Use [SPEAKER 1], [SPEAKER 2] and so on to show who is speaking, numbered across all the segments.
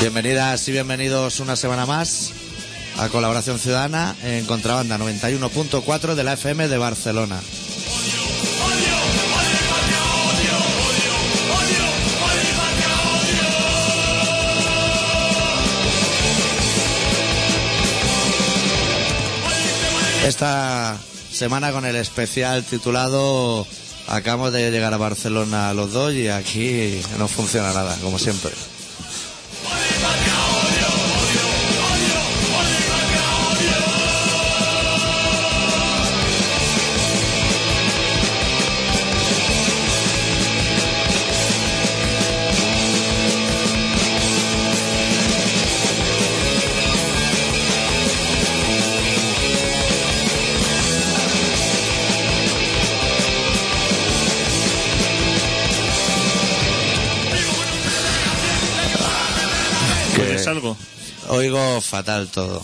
[SPEAKER 1] Bienvenidas y bienvenidos una semana más a Colaboración Ciudadana en Contrabanda 91.4 de la FM de Barcelona. Esta semana con el especial titulado Acabamos de llegar a Barcelona los dos y aquí no funciona nada, como siempre.
[SPEAKER 2] ¿Oyes algo?
[SPEAKER 1] Oigo fatal todo.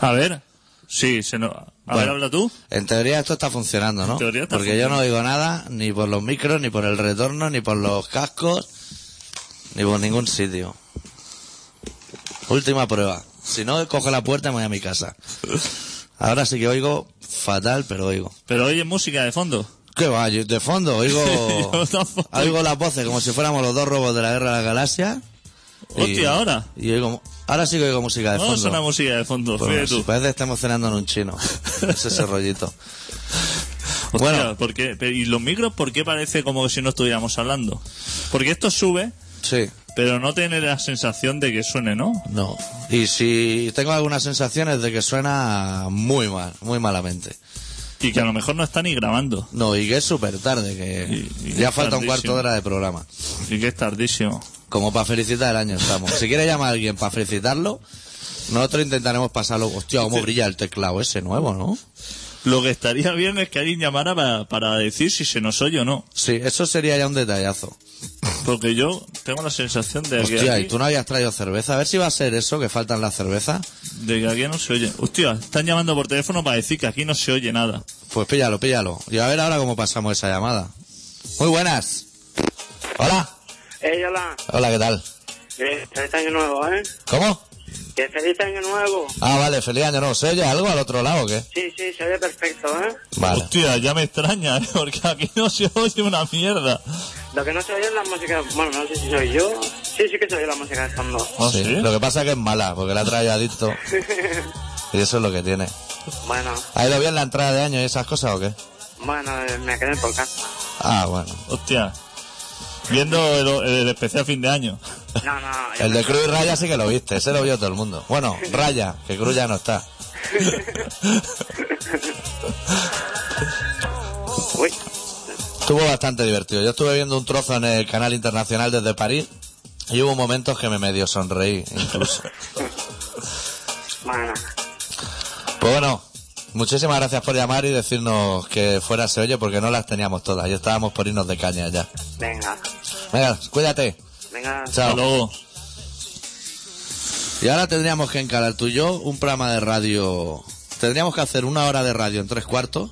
[SPEAKER 2] A ver. Sí, se no... A ver,
[SPEAKER 1] Bueno.
[SPEAKER 2] habla tú.
[SPEAKER 1] En teoría esto está funcionando, ¿no?
[SPEAKER 2] En teoría está
[SPEAKER 1] Porque yo no oigo nada, ni por los micros, ni por el retorno, ni por los cascos, ni por ningún sitio. Última prueba. Si no, cojo la puerta y me voy a mi casa. Ahora sí que oigo fatal, pero oigo.
[SPEAKER 2] Pero oyes música de fondo.
[SPEAKER 1] ¿Qué va? Yo de fondo oigo...
[SPEAKER 2] Yo tampoco.
[SPEAKER 1] oigo las voces como si fuéramos los dos robos de la Guerra de las Galaxias. Y-
[SPEAKER 2] Hostia, ahora.
[SPEAKER 1] Y oigo... Ahora sí que oigo música de
[SPEAKER 2] No
[SPEAKER 1] fondo.
[SPEAKER 2] suena música de fondo,
[SPEAKER 1] Pues,
[SPEAKER 2] fíjate tú.
[SPEAKER 1] parece que estamos cenando en un chino. Es ese rollito.
[SPEAKER 2] Hostia,
[SPEAKER 1] bueno.
[SPEAKER 2] ¿por qué? Pero, ¿y los micros por qué parece como si no estuviéramos hablando? Porque esto sube,
[SPEAKER 1] Sí.
[SPEAKER 2] pero no tiene la sensación de que suene, ¿no?
[SPEAKER 1] No. Y si tengo algunas sensaciones de que suena muy mal, muy malamente.
[SPEAKER 2] Y que a lo mejor no está ni grabando.
[SPEAKER 1] No, y que es súper tarde, que
[SPEAKER 2] Y- y
[SPEAKER 1] ya
[SPEAKER 2] es
[SPEAKER 1] falta un cuarto
[SPEAKER 2] tardísimo.
[SPEAKER 1] de hora de programa.
[SPEAKER 2] Y que es tardísimo.
[SPEAKER 1] Como para felicitar el año estamos. Si quiere llamar a alguien para felicitarlo, nosotros intentaremos pasarlo. Hostia, cómo brilla el teclado ese nuevo, ¿no?
[SPEAKER 2] Lo que estaría bien es que alguien llamara para, para decir si se nos oye o no.
[SPEAKER 1] Sí, eso sería ya un detallazo.
[SPEAKER 2] Porque yo tengo la sensación de que,
[SPEAKER 1] Hostia,
[SPEAKER 2] aquí,
[SPEAKER 1] y tú no habías traído cerveza. A ver si va a ser eso, que faltan las cervezas.
[SPEAKER 2] de que aquí no se oye. Hostia, están llamando por teléfono para decir que aquí no se oye nada.
[SPEAKER 1] Pues píllalo, píllalo. Y a ver ahora cómo pasamos esa llamada. Muy buenas. Hola.
[SPEAKER 3] Ey, hola,
[SPEAKER 1] Hola, ¿qué tal?
[SPEAKER 3] Eh, feliz año nuevo, ¿eh?
[SPEAKER 1] ¿Cómo?
[SPEAKER 3] Que feliz año nuevo.
[SPEAKER 1] Ah, vale, feliz año nuevo. ¿Se oye algo al otro lado o qué?
[SPEAKER 3] Sí, sí, se ve perfecto, ¿eh?
[SPEAKER 1] Vale.
[SPEAKER 2] Hostia, ya me extraña, ¿eh? porque aquí no se oye una mierda.
[SPEAKER 3] Lo que no se oye es la música, bueno, no sé si soy yo. Sí, sí que se oye la música de fondo.
[SPEAKER 2] ¿Ah,
[SPEAKER 1] Sí.
[SPEAKER 2] sí?
[SPEAKER 1] Lo que pasa es que es mala, porque la trae adicto. y eso es lo que tiene.
[SPEAKER 3] Bueno,
[SPEAKER 1] ¿Ha ido bien la entrada de año y esas cosas o qué?
[SPEAKER 3] bueno, eh, me quedé por casa.
[SPEAKER 1] Ah, bueno.
[SPEAKER 2] Hostia. Viendo el, el especial fin de año.
[SPEAKER 3] No, no, yo
[SPEAKER 1] El de Cruz y Raya sí que lo viste, ese lo vio todo el mundo. Bueno, Raya, que Cruz ya no está.
[SPEAKER 3] Uy,
[SPEAKER 1] Estuvo bastante divertido. Yo estuve viendo un trozo en el canal internacional desde París y hubo momentos que me medio sonreí, incluso.
[SPEAKER 3] bueno,
[SPEAKER 1] Pues bueno, muchísimas gracias por llamar y decirnos que fuera se oye porque no las teníamos todas y estábamos por irnos de caña ya.
[SPEAKER 3] venga,
[SPEAKER 1] Venga, cuídate.
[SPEAKER 3] venga.
[SPEAKER 1] Chao.
[SPEAKER 2] Hasta luego.
[SPEAKER 1] Y ahora tendríamos que encarar tú y yo un programa de radio. Tendríamos que hacer una hora de radio en tres cuartos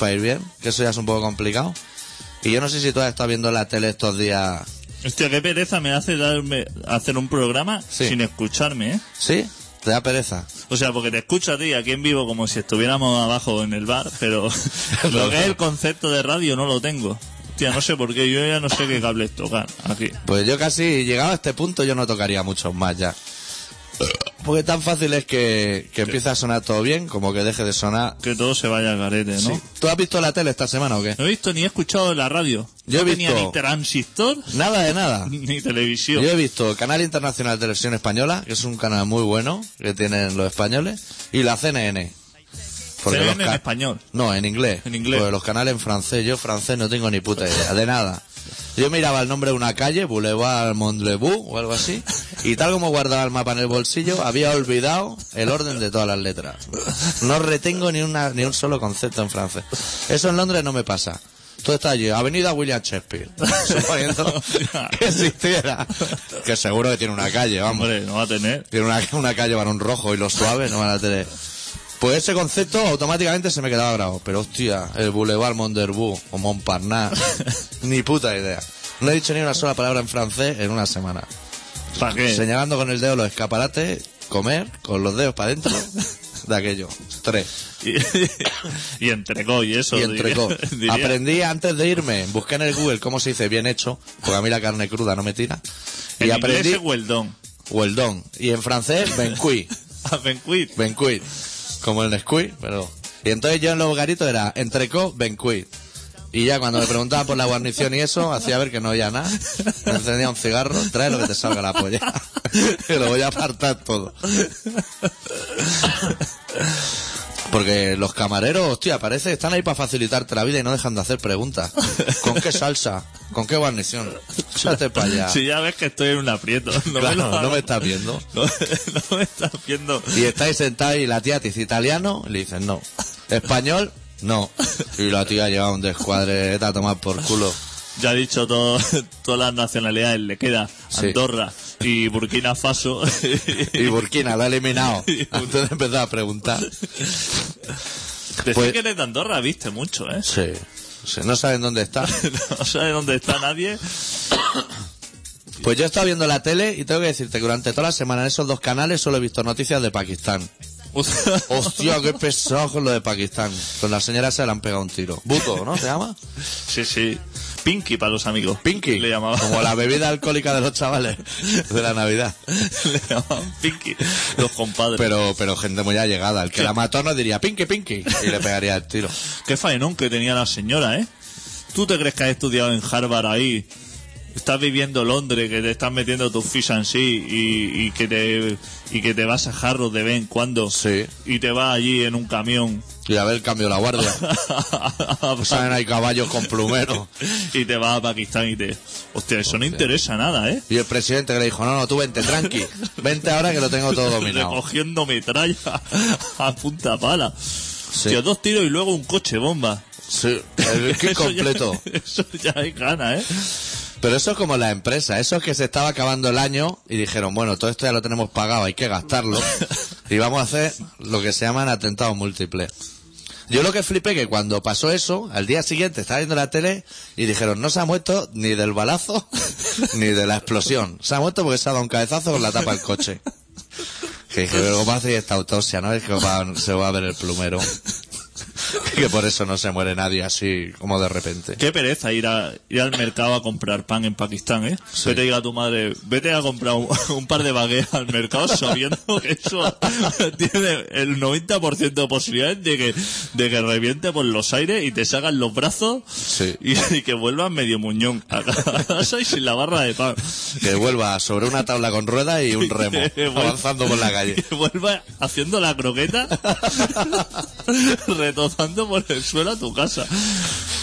[SPEAKER 1] para ir bien, que eso ya es un poco complicado. Y yo no sé si tú has estado viendo la tele estos días.
[SPEAKER 2] Hostia, qué pereza me hace darme, hacer un programa
[SPEAKER 1] Sí.
[SPEAKER 2] sin escucharme, ¿eh?
[SPEAKER 1] ¿Sí? ¿Te da pereza?
[SPEAKER 2] O sea, porque te escucho a ti aquí en vivo como si estuviéramos abajo en el bar, pero lo que es el concepto de radio no lo tengo. Hostia, no sé por qué, yo ya no sé qué cables tocar aquí.
[SPEAKER 1] Pues yo casi, llegado a este punto, yo no tocaría muchos más ya. Porque tan fácil es que, que empiece a sonar todo bien como que deje de sonar.
[SPEAKER 2] Que todo se vaya al garete, ¿no?
[SPEAKER 1] Sí. ¿Tú has visto la tele esta semana o qué?
[SPEAKER 2] No he visto ni he escuchado la radio.
[SPEAKER 1] Yo he
[SPEAKER 2] no tenía
[SPEAKER 1] visto-
[SPEAKER 2] ni transistor
[SPEAKER 1] Nada de nada.
[SPEAKER 2] ni televisión.
[SPEAKER 1] Yo he visto Canal Internacional de Televisión Española, que es un canal muy bueno que tienen los españoles, y la CNN. Porque
[SPEAKER 2] CNN
[SPEAKER 1] los
[SPEAKER 2] en
[SPEAKER 1] ca-
[SPEAKER 2] español.
[SPEAKER 1] No, en inglés.
[SPEAKER 2] En inglés.
[SPEAKER 1] Porque los canales en francés, yo francés no tengo ni puta idea, de nada. Yo miraba el nombre de una calle, Boulevard Mondlebou o algo así, y tal como guardaba el mapa en el bolsillo, había olvidado el orden de todas las letras. No retengo ni, una, ni un solo concepto en francés. Eso en Londres no me pasa. Tú estás allí, Avenida William Shakespeare, suponiendo que existiera. Que seguro que tiene una calle, vamos.
[SPEAKER 2] Hombre, no va a tener.
[SPEAKER 1] Tiene una, una calle para un rojo y los suaves no van a tener. Pues ese concepto automáticamente se me quedaba grabado. Pero hostia, el Boulevard Monderbu o Montparnasse, ni puta idea. No he dicho ni una sola palabra en francés en una semana.
[SPEAKER 2] ¿Para qué?
[SPEAKER 1] Señalando con el dedo los escaparates, comer con los dedos para adentro de aquello. Tres.
[SPEAKER 2] Y, y entrecó y eso.
[SPEAKER 1] Y entrecó.
[SPEAKER 2] diría- diría.
[SPEAKER 1] Aprendí antes de irme, busqué en el Google cómo se dice bien hecho, porque a mí la carne cruda no me tira.
[SPEAKER 2] En
[SPEAKER 1] Y
[SPEAKER 2] inglés
[SPEAKER 1] aprendí
[SPEAKER 2] es Weldon.
[SPEAKER 1] Weldon. Y en francés, bencuit.
[SPEAKER 2] A Benquit.
[SPEAKER 1] Benquit. Como el Nesquik, pero... Y entonces yo en los garitos era entrecó, benquit. Y ya cuando me preguntaban por la guarnición y eso, hacía ver que no había nada. Me encendía un cigarro, trae lo que te salga la polla. y lo voy a apartar todo. Porque los camareros, hostia, parece que están ahí para facilitarte la vida y no dejan de hacer preguntas. ¿Con qué salsa? ¿Con qué guarnición? Échate para allá.
[SPEAKER 2] Si ya ves que estoy en un aprieto. No
[SPEAKER 1] Claro,
[SPEAKER 2] me, lo
[SPEAKER 1] no me
[SPEAKER 2] hagas.
[SPEAKER 1] estás viendo.
[SPEAKER 2] No, no me estás viendo.
[SPEAKER 1] Y estáis sentados y la tía te dice italiano, y le dices no. Español, no. Y la tía lleva un descuadre, está a tomar por culo.
[SPEAKER 2] Ya he dicho todo, todas las nacionalidades. Le queda
[SPEAKER 1] Sí.
[SPEAKER 2] Andorra y Burkina Faso.
[SPEAKER 1] Y Burkina lo ha eliminado. Entonces empezó a preguntar.
[SPEAKER 2] Decir
[SPEAKER 1] Pues-
[SPEAKER 2] que eres de Andorra viste mucho, ¿eh?
[SPEAKER 1] Sí. sí, No saben dónde está.
[SPEAKER 2] No sabe dónde está nadie.
[SPEAKER 1] Pues yo he estado viendo la tele y tengo que decirte que durante toda la semana en esos dos canales solo he visto noticias de Pakistán. Hostia, qué pesado con lo de Pakistán. Con la señora se le han pegado un tiro. Buto, ¿no? ¿Se llama?
[SPEAKER 2] Sí, sí. Pinky para los amigos.
[SPEAKER 1] Pinky.
[SPEAKER 2] Le llamaba.
[SPEAKER 1] Como la bebida alcohólica de los chavales de la Navidad.
[SPEAKER 2] Le llamaban Pinky. Los compadres.
[SPEAKER 1] Pero, pero gente muy allegada. El que la mató no diría Pinky Pinky y le pegaría el tiro.
[SPEAKER 2] Qué faenón que tenía la señora, ¿eh? ¿Tú te crees que has estudiado en Harvard ahí? Estás viviendo en Londres, que te estás metiendo tus fish and sí y, y que te y que te vas a Harrods de vez en cuando.
[SPEAKER 1] Sí.
[SPEAKER 2] Y te vas allí en un camión.
[SPEAKER 1] Y a ver, cambio la guardia.
[SPEAKER 2] Ah, pues
[SPEAKER 1] Saben, hay caballos con plumero.
[SPEAKER 2] y te vas a Pakistán y te... Hostia, eso no interesa nada, ¿eh?
[SPEAKER 1] Y el presidente que le dijo, no, no, tú vente, tranqui. Vente ahora que lo tengo todo dominado.
[SPEAKER 2] Recogiendo metralla a punta pala.
[SPEAKER 1] Sí.
[SPEAKER 2] Tío, dos tiros y luego un coche bomba.
[SPEAKER 1] Sí, el kit
[SPEAKER 2] Eso ya-
[SPEAKER 1] completo.
[SPEAKER 2] Eso ya es gana, ¿eh?
[SPEAKER 1] Pero eso es como la empresa. Eso es que se estaba acabando el año y dijeron, bueno, todo esto ya lo tenemos pagado, hay que gastarlo. Y vamos a hacer lo que se llaman atentados múltiples. Yo lo que flipé que cuando pasó eso, al día siguiente estaba viendo la tele y dijeron, no se ha muerto ni del balazo ni de la explosión. Se ha muerto porque se ha dado un cabezazo con la tapa del coche. Que dije, pero ¿cómo hace esta autopsia? ¿No es que va- se va a ver el plumero? que por eso no se muere nadie así como de repente.
[SPEAKER 2] Qué pereza ir, a, ir al mercado a comprar pan en Pakistán, ¿eh? Que te diga tu madre, vete a comprar un, un par de baguettes al mercado sabiendo que eso tiene el 90% de posibilidades de que, de que reviente por los aires y te sacan los brazos
[SPEAKER 1] Sí.
[SPEAKER 2] y, y que vuelvas medio muñón a casa y sin la barra de pan.
[SPEAKER 1] Que vuelva sobre una tabla con ruedas y un remo,
[SPEAKER 2] Que vuelva-
[SPEAKER 1] avanzando por la calle.
[SPEAKER 2] Que vuelvas haciendo la croqueta, retozando por el suelo a tu casa.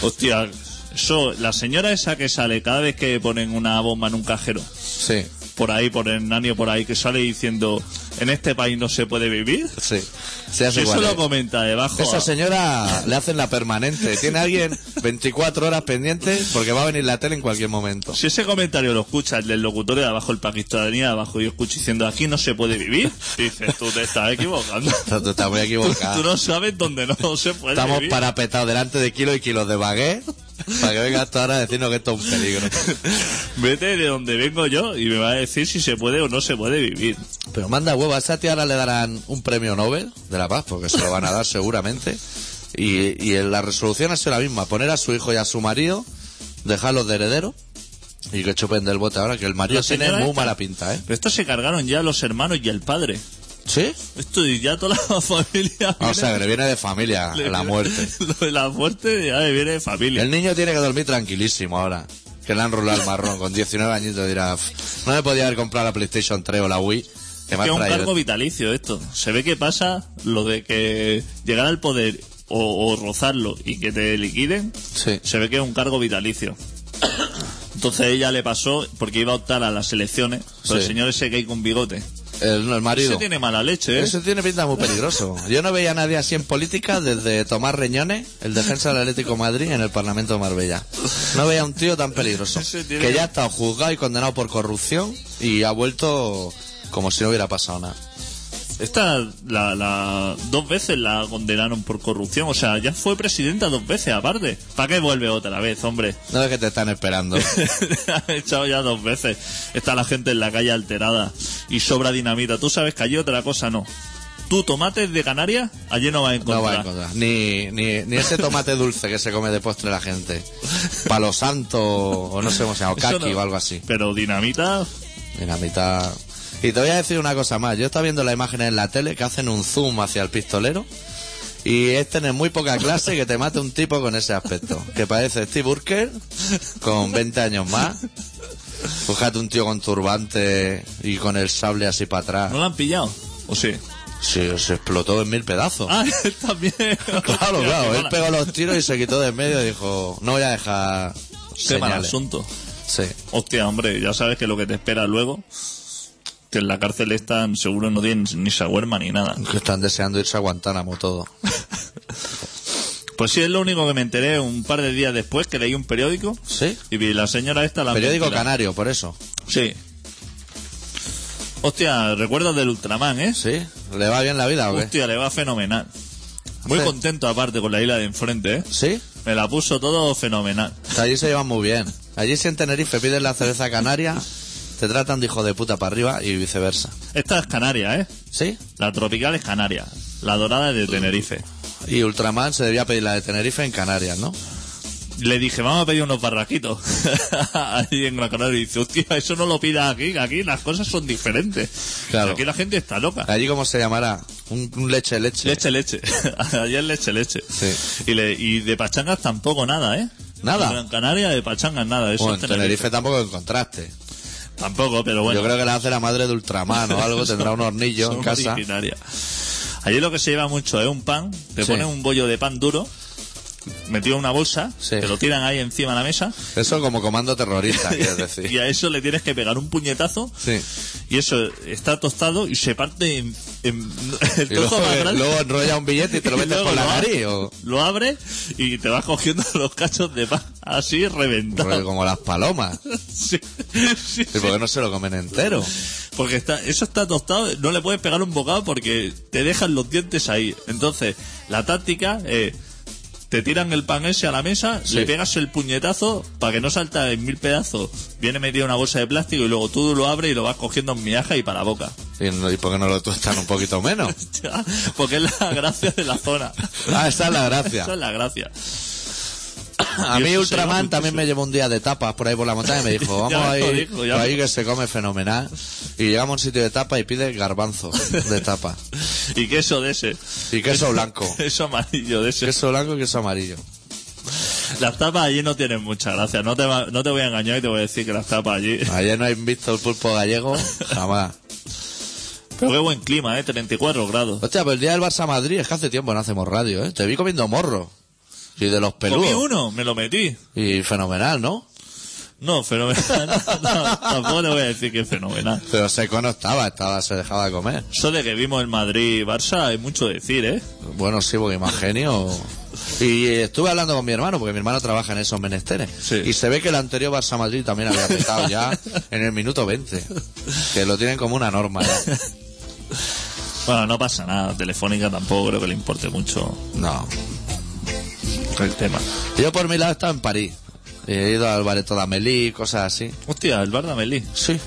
[SPEAKER 2] Hostia, eso, la señora esa que sale cada vez que ponen una bomba en un cajero,
[SPEAKER 1] Sí,
[SPEAKER 2] por ahí, por el nanio, por ahí, que sale diciendo, en este país no se puede vivir.
[SPEAKER 1] sí. Se hace
[SPEAKER 2] Eso
[SPEAKER 1] igual. ¿eh?
[SPEAKER 2] lo comenta debajo.
[SPEAKER 1] Esa
[SPEAKER 2] a-
[SPEAKER 1] señora le hacen la permanente. Tiene alguien 24 horas pendientes porque va a venir la tele en cualquier momento.
[SPEAKER 2] Si ese comentario lo escucha el del locutor de abajo, el paquistaní de abajo, y escucha diciendo aquí no se puede vivir, dices tú te estás equivocando.
[SPEAKER 1] Está, tú estás muy equivocada.
[SPEAKER 2] Tú no sabes dónde no se puede
[SPEAKER 1] Estamos
[SPEAKER 2] vivir.
[SPEAKER 1] parapetados delante de kilos y kilos de baguette para que venga hasta ahora a decirnos que esto es un peligro.
[SPEAKER 2] Vete de donde vengo yo y me va a decir si se puede o no se puede vivir.
[SPEAKER 1] Pero manda huevo, a esa tía ahora le darán un premio Nobel de la paz, porque se lo van a dar seguramente. Y, y la resolución ha sido la misma, poner a su hijo y a su marido, dejarlos de heredero y que chupen del bote ahora, que el marido
[SPEAKER 2] La
[SPEAKER 1] tiene
[SPEAKER 2] señora
[SPEAKER 1] muy
[SPEAKER 2] esta.
[SPEAKER 1] mala pinta, ¿eh?
[SPEAKER 2] Pero esto se cargaron ya los hermanos y el padre.
[SPEAKER 1] ¿Sí?
[SPEAKER 2] Esto y ya toda la familia.
[SPEAKER 1] Ah, O sea, que le viene de familia
[SPEAKER 2] viene-
[SPEAKER 1] la muerte.
[SPEAKER 2] Lo de la muerte ya le viene de familia.
[SPEAKER 1] El niño tiene que dormir tranquilísimo ahora. Que le han rulado el marrón con 19 añitos dirá, "Pff, no me podía haber comprado la PlayStation 3 o la Wii. Que me
[SPEAKER 2] Que
[SPEAKER 1] ha
[SPEAKER 2] es un
[SPEAKER 1] traído
[SPEAKER 2] cargo vitalicio esto. Se ve que pasa lo de que llegar al poder o, o rozarlo y que te liquiden.
[SPEAKER 1] Sí.
[SPEAKER 2] Se ve que es un cargo vitalicio. Entonces ella le pasó porque iba a optar a las elecciones. Pero el
[SPEAKER 1] Sí.
[SPEAKER 2] señor ese que hay con bigote.
[SPEAKER 1] el, el marido.
[SPEAKER 2] Ese tiene mala leche, ¿eh?
[SPEAKER 1] Eso tiene pinta muy peligroso. Yo no veía a nadie así en política desde Tomás Reñones, el defensa del Atlético de Madrid, en el Parlamento de Marbella. No veía a un tío tan peligroso.
[SPEAKER 2] Ese tiene-
[SPEAKER 1] Que ya ha estado juzgado y condenado por corrupción y ha vuelto como si no hubiera pasado nada.
[SPEAKER 2] Esta, la, la- dos veces la condenaron por corrupción. O sea, ya fue presidenta dos veces aparte. ¿Para qué vuelve otra vez, hombre?
[SPEAKER 1] No es que te están esperando.
[SPEAKER 2] ha echado ya dos veces. Está la gente en la calle alterada y sobra dinamita. Tú sabes que allí otra cosa no. Tú, tomates de Canarias, allí no vas a encontrar.
[SPEAKER 1] No va a encontrar. Ni, ni, ni ese tomate dulce que se come de postre la gente. Palo santo o no sé cómo se llama, o
[SPEAKER 2] Eso
[SPEAKER 1] caqui
[SPEAKER 2] no.
[SPEAKER 1] o algo así.
[SPEAKER 2] Pero dinamita,
[SPEAKER 1] Dinamita. Y te voy a decir una cosa más. Yo estaba viendo las imágenes en la tele que hacen un zoom hacia el pistolero. Y es tener muy poca clase que te mate un tipo con ese aspecto. Que parece Steve Burker con 20 años más. Fíjate un tío con turbante y con el sable así para atrás.
[SPEAKER 2] ¿no la han pillado? ¿O sí?
[SPEAKER 1] Sí, se explotó en mil pedazos.
[SPEAKER 2] Ah, él también.
[SPEAKER 1] Claro,
[SPEAKER 2] Hostia,
[SPEAKER 1] claro.
[SPEAKER 2] qué
[SPEAKER 1] Él
[SPEAKER 2] mala-
[SPEAKER 1] pegó los tiros y se quitó de en medio y dijo, no voy a dejar
[SPEAKER 2] Qué mal
[SPEAKER 1] señales.
[SPEAKER 2] asunto.
[SPEAKER 1] Sí.
[SPEAKER 2] Hostia, hombre, ya sabes que lo que te espera luego, que en la cárcel están, seguro no tienen ni shawarma ni nada.
[SPEAKER 1] Que están deseando irse a Guantánamo todo.
[SPEAKER 2] Pues sí, es lo único que me enteré un par de días después que leí un periódico
[SPEAKER 1] ¿Sí?
[SPEAKER 2] y vi la señora esta, la
[SPEAKER 1] Periódico
[SPEAKER 2] mentira.
[SPEAKER 1] Canario, por eso.
[SPEAKER 2] Sí. Hostia, recuerdas del Ultraman, ¿eh?
[SPEAKER 1] ¿Sí? ¿Le va bien la vida o qué?
[SPEAKER 2] Hostia, le va fenomenal. Muy
[SPEAKER 1] Hace-
[SPEAKER 2] contento aparte con la isla de enfrente, ¿eh?
[SPEAKER 1] ¿Sí?
[SPEAKER 2] Me la puso todo fenomenal.
[SPEAKER 1] O sea, Allí se llevan muy bien. Allí si en Tenerife pides la cerveza canaria, te tratan de hijo de puta para arriba y viceversa.
[SPEAKER 2] Esta es Canaria, ¿eh?
[SPEAKER 1] ¿Sí?
[SPEAKER 2] La tropical es Canaria. La dorada es de Tenerife.
[SPEAKER 1] Y Ultraman se debía pedir la de Tenerife en Canarias, ¿no?
[SPEAKER 2] Le dije, vamos a pedir unos barraquitos. Allí en Gran Canaria. Y dice, hostia, eso no lo pidas aquí. que Aquí las cosas son diferentes.
[SPEAKER 1] Claro.
[SPEAKER 2] Aquí la gente está loca.
[SPEAKER 1] Allí cómo se llamará? Un, un leche leche.
[SPEAKER 2] Leche, leche. Allá es leche, leche.
[SPEAKER 1] Sí.
[SPEAKER 2] Y, le- y de pachangas tampoco nada, ¿eh?
[SPEAKER 1] Nada.
[SPEAKER 2] En Gran Canaria de pachangas nada. Eso
[SPEAKER 1] Bueno,
[SPEAKER 2] es
[SPEAKER 1] en Tenerife tampoco encontraste.
[SPEAKER 2] Tampoco, pero bueno.
[SPEAKER 1] Yo creo que la hace la madre de Ultraman o algo, tendrá un hornillo en
[SPEAKER 2] Son
[SPEAKER 1] casa.
[SPEAKER 2] originarias. Allí lo que se lleva mucho es un pan. Te
[SPEAKER 1] Sí.
[SPEAKER 2] ponen un bollo de pan duro, metido en una bolsa,
[SPEAKER 1] Sí.
[SPEAKER 2] te lo tiran ahí encima de la mesa.
[SPEAKER 1] Eso como comando terrorista, quieres decir.
[SPEAKER 2] Y a eso le tienes que pegar un puñetazo.
[SPEAKER 1] Sí.
[SPEAKER 2] Y eso está tostado y se parte en, en- el
[SPEAKER 1] Y luego,
[SPEAKER 2] trozo
[SPEAKER 1] eh,
[SPEAKER 2] más grande.
[SPEAKER 1] luego enrolla un billete y te lo
[SPEAKER 2] Y
[SPEAKER 1] metes
[SPEAKER 2] luego
[SPEAKER 1] por la
[SPEAKER 2] lo ab-
[SPEAKER 1] nariz. O,
[SPEAKER 2] Lo abres y te vas cogiendo los cachos de pan así reventado.
[SPEAKER 1] como las palomas.
[SPEAKER 2] Sí, sí,
[SPEAKER 1] ¿Y por qué no se lo comen entero?
[SPEAKER 2] Porque está, eso está tostado, no le puedes pegar un bocado porque te dejan los dientes ahí. Entonces, la táctica es, te tiran el pan ese a la mesa,
[SPEAKER 1] Sí.
[SPEAKER 2] le pegas el puñetazo para que no salta en mil pedazos. Viene metido en una bolsa de plástico y luego tú lo abres y lo vas cogiendo en miaja y para la boca.
[SPEAKER 1] ¿Y, no- y por qué no lo tuestan un poquito menos?
[SPEAKER 2] Hostia, Porque es la gracia de la zona.
[SPEAKER 1] Ah, esa es la
[SPEAKER 2] Esa
[SPEAKER 1] gracia.
[SPEAKER 2] es la gracia.
[SPEAKER 1] A
[SPEAKER 2] Y
[SPEAKER 1] mí
[SPEAKER 2] eso se
[SPEAKER 1] Ultraman
[SPEAKER 2] llama
[SPEAKER 1] también me llevó un día de tapas por ahí por la montaña y me dijo, vamos
[SPEAKER 2] Ya me
[SPEAKER 1] a
[SPEAKER 2] lo
[SPEAKER 1] ir
[SPEAKER 2] dijo,
[SPEAKER 1] por
[SPEAKER 2] ya me
[SPEAKER 1] ahí
[SPEAKER 2] lo-
[SPEAKER 1] que se come fenomenal. Y llegamos a un sitio de tapas y pide garbanzo de tapa.
[SPEAKER 2] Y queso de ese.
[SPEAKER 1] Y queso blanco.
[SPEAKER 2] Queso amarillo de ese.
[SPEAKER 1] Queso blanco y queso amarillo.
[SPEAKER 2] Las tapas allí no tienen mucha gracia. No te, va- no te voy a engañar y te voy a decir que las tapas allí.
[SPEAKER 1] Ayer no habéis visto el pulpo gallego, jamás.
[SPEAKER 2] Pero qué buen clima, ¿eh? 34 grados.
[SPEAKER 1] Hostia, pero el día del Barça Madrid es que hace tiempo no hacemos radio, ¿eh? Te vi comiendo morro. Y de los
[SPEAKER 2] Comí
[SPEAKER 1] peludos.
[SPEAKER 2] uno, me lo metí.
[SPEAKER 1] Y fenomenal, ¿no?
[SPEAKER 2] No, fenomenal. No, tampoco le voy a decir que es fenomenal.
[SPEAKER 1] Pero seco no estaba, estaba, se dejaba de comer.
[SPEAKER 2] Eso de que vimos el Madrid-Barça hay mucho decir, ¿eh?
[SPEAKER 1] Bueno, sí, porque más genio. Y eh, estuve hablando con mi hermano, porque mi hermano trabaja en esos menesteres.
[SPEAKER 2] Sí.
[SPEAKER 1] Y se ve que el anterior Barça Madrid también había petado ya en el minuto 20. Que lo tienen como una norma. ¿eh? ya.
[SPEAKER 2] Bueno, no pasa nada. Telefónica tampoco creo que le importe mucho
[SPEAKER 1] No.
[SPEAKER 2] el tema.
[SPEAKER 1] Yo por mi lado estaba en París. He ido al bareto de Amélie, cosas así.
[SPEAKER 2] Hostia, el bar de Amelí.
[SPEAKER 1] Sí.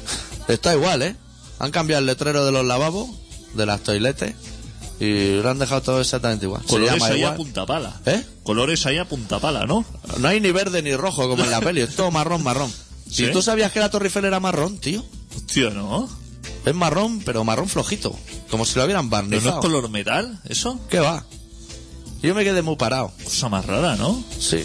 [SPEAKER 1] Está igual, ¿eh? Han cambiado el letrero de los lavabos, de las toiletes, y lo han dejado todo exactamente igual. Se
[SPEAKER 2] Colores
[SPEAKER 1] llama
[SPEAKER 2] ahí a
[SPEAKER 1] igual.
[SPEAKER 2] punta pala.
[SPEAKER 1] ¿Eh?
[SPEAKER 2] Colores ahí a punta pala, ¿no?
[SPEAKER 1] No hay ni verde ni rojo como en la peli, es todo marrón, marrón.
[SPEAKER 2] ¿Sí?
[SPEAKER 1] Si tú sabías que la Torre Eiffel era marrón, tío.
[SPEAKER 2] Hostia, ¿no?
[SPEAKER 1] Es marrón, pero marrón flojito. Como si lo hubieran
[SPEAKER 2] ¿Pero no es
[SPEAKER 1] barnizado.
[SPEAKER 2] color metal? ¿Eso?
[SPEAKER 1] ¿Qué va? Yo me quedé muy parado.
[SPEAKER 2] Cosa más rara, ¿no?
[SPEAKER 1] Sí.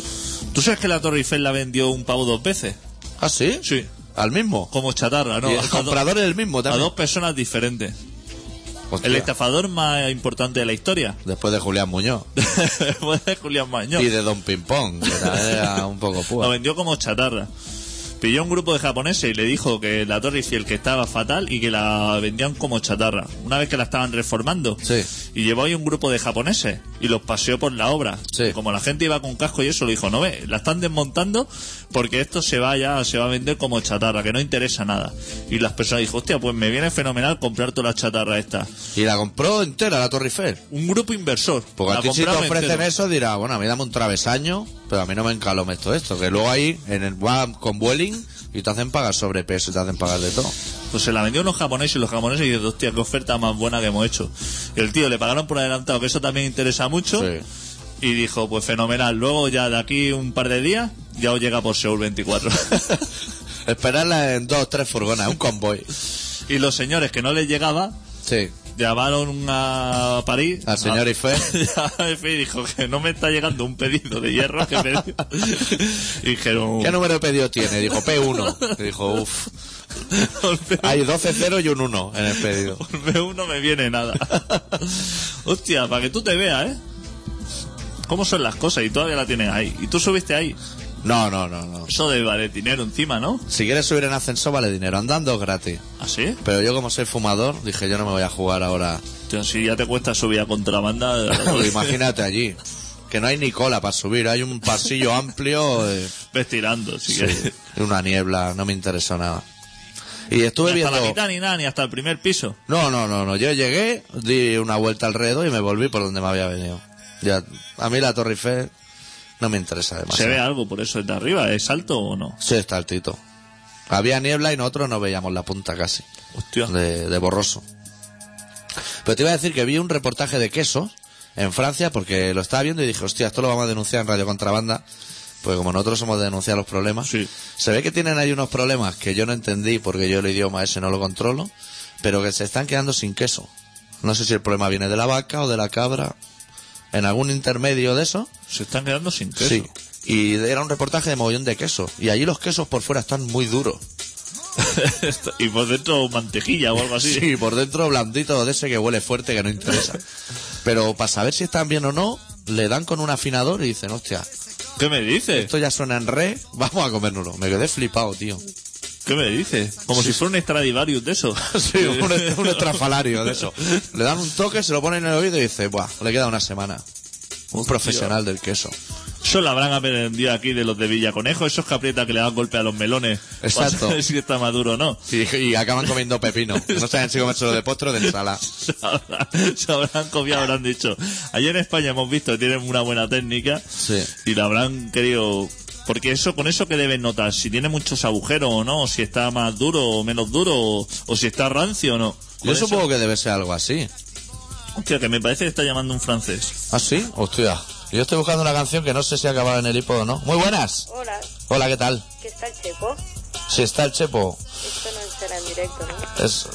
[SPEAKER 2] ¿Tú sabes que la Torre Eiffel la vendió un pavo dos veces?
[SPEAKER 1] ¿Ah, sí?
[SPEAKER 2] Sí.
[SPEAKER 1] ¿Al mismo?
[SPEAKER 2] Como chatarra, ¿no?
[SPEAKER 1] y
[SPEAKER 2] A
[SPEAKER 1] el
[SPEAKER 2] do-
[SPEAKER 1] comprador es el mismo
[SPEAKER 2] a
[SPEAKER 1] también.
[SPEAKER 2] dos personas diferentes.
[SPEAKER 1] Hostia,
[SPEAKER 2] El estafador más importante de la historia.
[SPEAKER 1] Después de Julián Muñoz.
[SPEAKER 2] Después de Julián Mañón.
[SPEAKER 1] Y de Don Pimpón, que también era un poco
[SPEAKER 2] Lo
[SPEAKER 1] púa.
[SPEAKER 2] vendió como chatarra. Pilló un grupo de japoneses y le dijo que la Torre Eiffel que estaba fatal y que la vendían como chatarra. Una vez que la estaban reformando.
[SPEAKER 1] Sí.
[SPEAKER 2] Y llevó ahí un grupo de japoneses y los paseó por la obra.
[SPEAKER 1] Sí.
[SPEAKER 2] Y Como la gente iba con casco y eso, le dijo, no ve, la están desmontando porque esto se va ya, se va a vender como chatarra, que no interesa nada. Y las personas dijo, hostia, pues me viene fenomenal comprar toda la chatarra esta.
[SPEAKER 1] Y la compró entera la Torre Eiffel.
[SPEAKER 2] Un grupo inversor.
[SPEAKER 1] Porque
[SPEAKER 2] La
[SPEAKER 1] a ti si te
[SPEAKER 2] compraron
[SPEAKER 1] ofrecen
[SPEAKER 2] entero.
[SPEAKER 1] eso dirás, bueno, a mí dame un travesaño, pero a mí no me encalome esto, esto. Que luego ahí en el, va con Vueling y te hacen pagar sobrepeso y te hacen pagar de todo.
[SPEAKER 2] Pues se la vendió a unos japoneses y los japoneses dijeron, hostia, qué oferta más buena que hemos hecho. El tío le pagaron por adelantado, que eso también interesa mucho.
[SPEAKER 1] Sí.
[SPEAKER 2] Y dijo, pues fenomenal, luego ya de aquí un par de días ya os llega por Seúl 24.
[SPEAKER 1] Esperarla en dos, tres furgonas, un convoy.
[SPEAKER 2] y los señores que no les llegaba,
[SPEAKER 1] Sí.
[SPEAKER 2] llamaron a París.
[SPEAKER 1] Al señor Eiffel.
[SPEAKER 2] A Eiffel y dijo que no me está llegando un pedido de hierro que me... Y dijeron...
[SPEAKER 1] ¿Qué número de pedido tiene? Dijo P1. Y dijo, uff, hay 12 ceros y un 1 en el pedido.
[SPEAKER 2] Por B1 no me viene nada. Hostia, para que tú te veas, ¿eh? ¿Cómo son las cosas? Y todavía la tienes ahí. Y tú subiste ahí.
[SPEAKER 1] No, no, no, no.
[SPEAKER 2] Eso de valer dinero encima, ¿no? ¿Ah,
[SPEAKER 1] Si quieres subir en ascensor vale dinero, andando es gratis.
[SPEAKER 2] ¿Así?
[SPEAKER 1] Pero yo como soy fumador, dije yo no me voy a jugar ahora.
[SPEAKER 2] Hostia, si ya te cuesta subir a contrabanda.
[SPEAKER 1] Porque imagínate allí, que no hay ni cola para subir, hay un pasillo amplio eh,
[SPEAKER 2] Ves tirando, así
[SPEAKER 1] sí,
[SPEAKER 2] que.
[SPEAKER 1] y una niebla, no me interesó nada. Y estuve
[SPEAKER 2] Ni hasta
[SPEAKER 1] viendo...
[SPEAKER 2] la mitad ni nada, ni hasta el primer piso.
[SPEAKER 1] No, no, no, no, yo llegué, di una vuelta alrededor y me volví por donde me había venido. Ya, a mí la Torre Eiffel no me interesa demasiado.
[SPEAKER 2] ¿Se ve algo por eso desde arriba? ¿Es alto o no?
[SPEAKER 1] Sí, está altito. Había niebla y nosotros no veíamos la punta casi.
[SPEAKER 2] Hostia.
[SPEAKER 1] de, de borroso. Pero te iba a decir que vi un reportaje de quesos en Francia porque lo estaba viendo y dije, hostia, esto lo vamos a denunciar en Radio Contrabanda. Pues como nosotros somos de denunciar los problemas,
[SPEAKER 2] Sí.
[SPEAKER 1] se ve que tienen ahí unos problemas que yo no entendí porque yo el idioma ese no lo controlo, pero que se están quedando sin queso. No sé si el problema viene de la vaca o de la cabra, en algún intermedio de eso.
[SPEAKER 2] Se están quedando sin queso.
[SPEAKER 1] Sí. Y era un reportaje de mogollón de queso. Y allí los quesos por fuera están muy duros.
[SPEAKER 2] y por dentro mantejilla o algo así.
[SPEAKER 1] Sí, por dentro blandito de ese que huele fuerte que no interesa. Pero para saber si están bien o no, le dan con un afinador y dicen, hostia,
[SPEAKER 2] ¿Qué me dices?
[SPEAKER 1] esto ya suena en re, vamos a comérnoslo. Me quedé flipado, tío.
[SPEAKER 2] ¿Qué me dices? Como si fuera un Stradivarius de eso.
[SPEAKER 1] Sí, un, un estrafalario de eso. Le dan un toque, se lo ponen en el oído y dice, buah, le queda una semana. Un profesional del queso.
[SPEAKER 2] Eso lo habrán aprendido aquí de los de Villaconejo, esos que aprietan que le dan golpe a los melones.
[SPEAKER 1] Exacto.
[SPEAKER 2] Para saber si está maduro o no.
[SPEAKER 1] Y, y acaban comiendo pepino. No saben si comérselo de postre o de ensalada.
[SPEAKER 2] Se habrán, se habrán copiado, habrán dicho. Ayer en España hemos visto que tienen una buena técnica
[SPEAKER 1] Sí.
[SPEAKER 2] y la habrán querido. Porque eso, con eso que deben notar, si tiene muchos agujeros o no, o si está más duro o menos duro, o, o si está rancio o no. Con
[SPEAKER 1] Yo
[SPEAKER 2] eso-
[SPEAKER 1] supongo que debe ser algo así.
[SPEAKER 2] Hostia, que me parece que está llamando un francés.
[SPEAKER 1] ¿Ah, sí? Hostia. Yo estoy buscando una canción que no sé si ha acabado en el hipo o no. Muy buenas.
[SPEAKER 4] Hola,
[SPEAKER 1] Hola, ¿qué tal?
[SPEAKER 4] ¿qué está el chepo?
[SPEAKER 1] Si está el Chepo,
[SPEAKER 4] Esto no será en directo, ¿no?
[SPEAKER 1] es,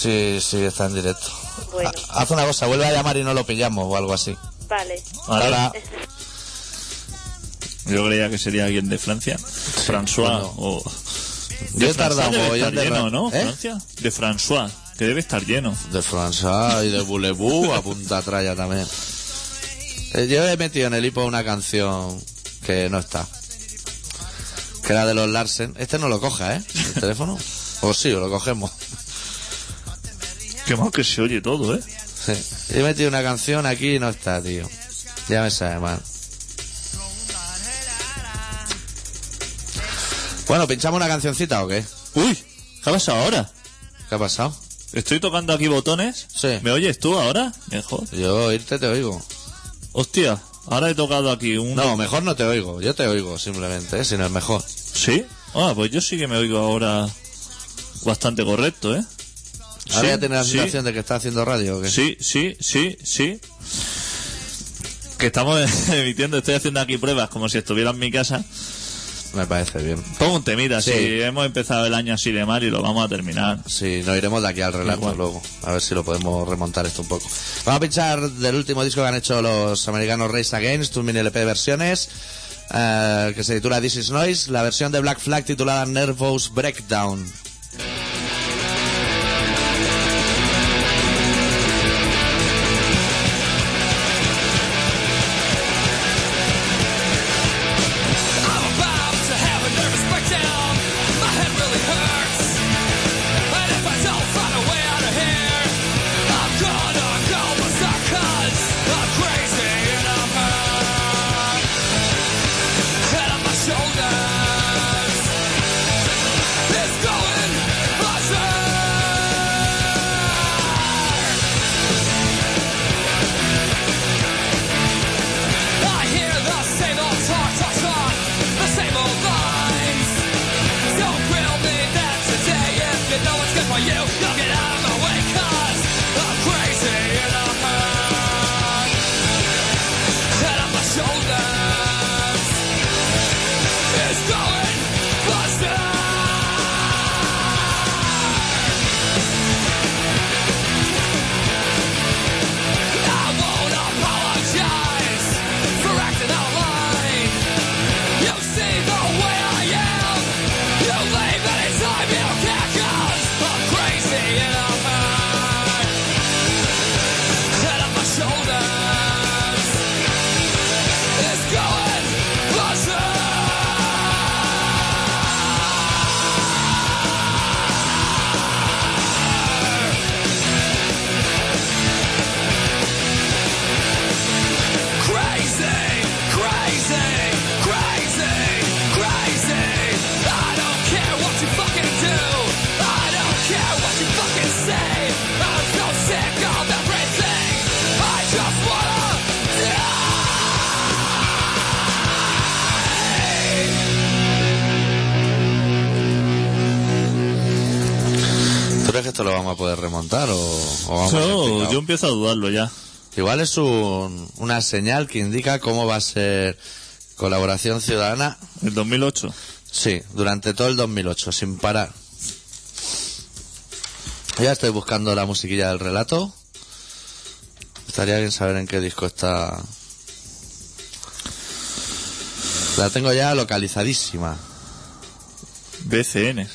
[SPEAKER 1] eh, sí, sí, está en directo.
[SPEAKER 4] Bueno,
[SPEAKER 1] Ha- haz una cosa, vuelve a llamar y no lo pillamos o algo así.
[SPEAKER 4] vale.
[SPEAKER 1] Hola.
[SPEAKER 2] Yo creía que sería alguien de Francia. François
[SPEAKER 1] bueno.
[SPEAKER 2] o.
[SPEAKER 1] Yo he
[SPEAKER 2] Francia
[SPEAKER 1] tardado un
[SPEAKER 2] debe
[SPEAKER 1] mogollón de
[SPEAKER 2] estar lleno,
[SPEAKER 1] ra-
[SPEAKER 2] ¿no?
[SPEAKER 1] ¿Eh?
[SPEAKER 2] Francia. De François, que debe estar lleno.
[SPEAKER 1] De Franza y de Boulevou a punta traya también. Eh, Yo he metido en el hipo una canción que no está. Que era de los Larsen. Este no lo coja, ¿eh? El teléfono. O sí, o lo cogemos.
[SPEAKER 2] Qué mal que se oye todo, ¿eh?
[SPEAKER 1] Sí. He metido una canción aquí y no está, tío. Ya me sabe mal. Bueno, ¿pinchamos una cancioncita o qué?
[SPEAKER 2] Uy, ¿qué pasa ahora?
[SPEAKER 1] ¿Qué ha pasado?
[SPEAKER 2] Estoy tocando aquí botones.
[SPEAKER 1] Sí.
[SPEAKER 2] ¿Me oyes tú ahora? Mejor.
[SPEAKER 1] Yo oírte te oigo.
[SPEAKER 2] Hostia, ahora he tocado aquí un...
[SPEAKER 1] No, mejor no te oigo. Yo te oigo simplemente, ¿eh? si no es mejor.
[SPEAKER 2] ¿Sí? Ah, pues yo sí que me oigo ahora bastante correcto, ¿eh?
[SPEAKER 1] Ahora
[SPEAKER 2] Sí,
[SPEAKER 1] ya tienes la
[SPEAKER 2] sí.
[SPEAKER 1] sensación de que estás haciendo radio. ¿o qué?
[SPEAKER 2] Sí, sí, sí, sí. Que estamos emitiendo, estoy haciendo aquí pruebas como si estuviera en mi casa.
[SPEAKER 1] Me parece bien.
[SPEAKER 2] Pongo un temita,
[SPEAKER 1] Sí.
[SPEAKER 2] si hemos empezado el año así de mal y lo vamos a terminar.
[SPEAKER 1] Sí, nos iremos de aquí al relato
[SPEAKER 2] Igual.
[SPEAKER 1] luego. A ver si lo podemos remontar esto un poco. Vamos a pinchar del último disco que han hecho los americanos Race Against, un mini LP de versiones, eh, que se titula This Is Noise, la versión de Black Flag titulada Nervous Breakdown.
[SPEAKER 5] I'm about to have a nervous breakdown.
[SPEAKER 1] crees que esto lo vamos a poder remontar o, o vamos a ir
[SPEAKER 2] Yo-
[SPEAKER 1] picado?
[SPEAKER 2] yo empiezo a dudarlo ya.
[SPEAKER 1] Igual es un- una señal que indica cómo va a ser colaboración ciudadana,
[SPEAKER 2] El 2008.
[SPEAKER 1] sí, durante todo el 2008, sin parar. Ya estoy buscando la musiquilla del relato. Estaría bien saber en qué disco está. La tengo ya localizadísima.
[SPEAKER 2] BCN.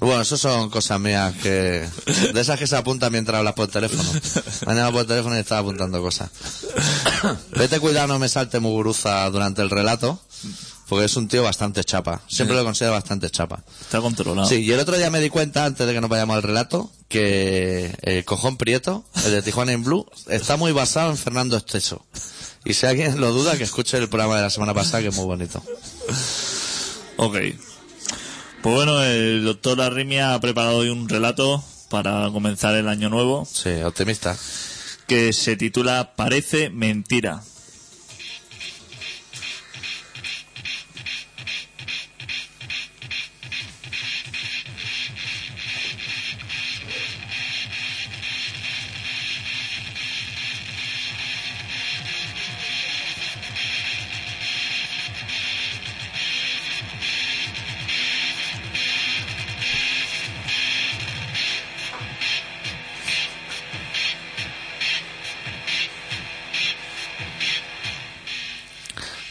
[SPEAKER 1] Bueno, eso son cosas mías que. De esas que se apuntan mientras hablas por teléfono. Mañana por teléfono y estaba apuntando cosas. Vete cuidado, no me salte muguruza durante el relato. Porque es un tío bastante chapa. Siempre lo considero bastante chapa.
[SPEAKER 2] Está controlado.
[SPEAKER 1] Sí, y el otro día me di cuenta, antes de que nos vayamos al relato, que el cojón Prieto, el de Tijuana en Blue, está muy basado en Fernando Esteso. Y si alguien lo duda, que escuche el programa de la semana pasada, que es muy bonito.
[SPEAKER 2] Ok. Pues bueno, el doctor Arrimia ha preparado hoy un relato para comenzar el año nuevo
[SPEAKER 1] Sí, optimista.
[SPEAKER 2] que se titula Parece mentira.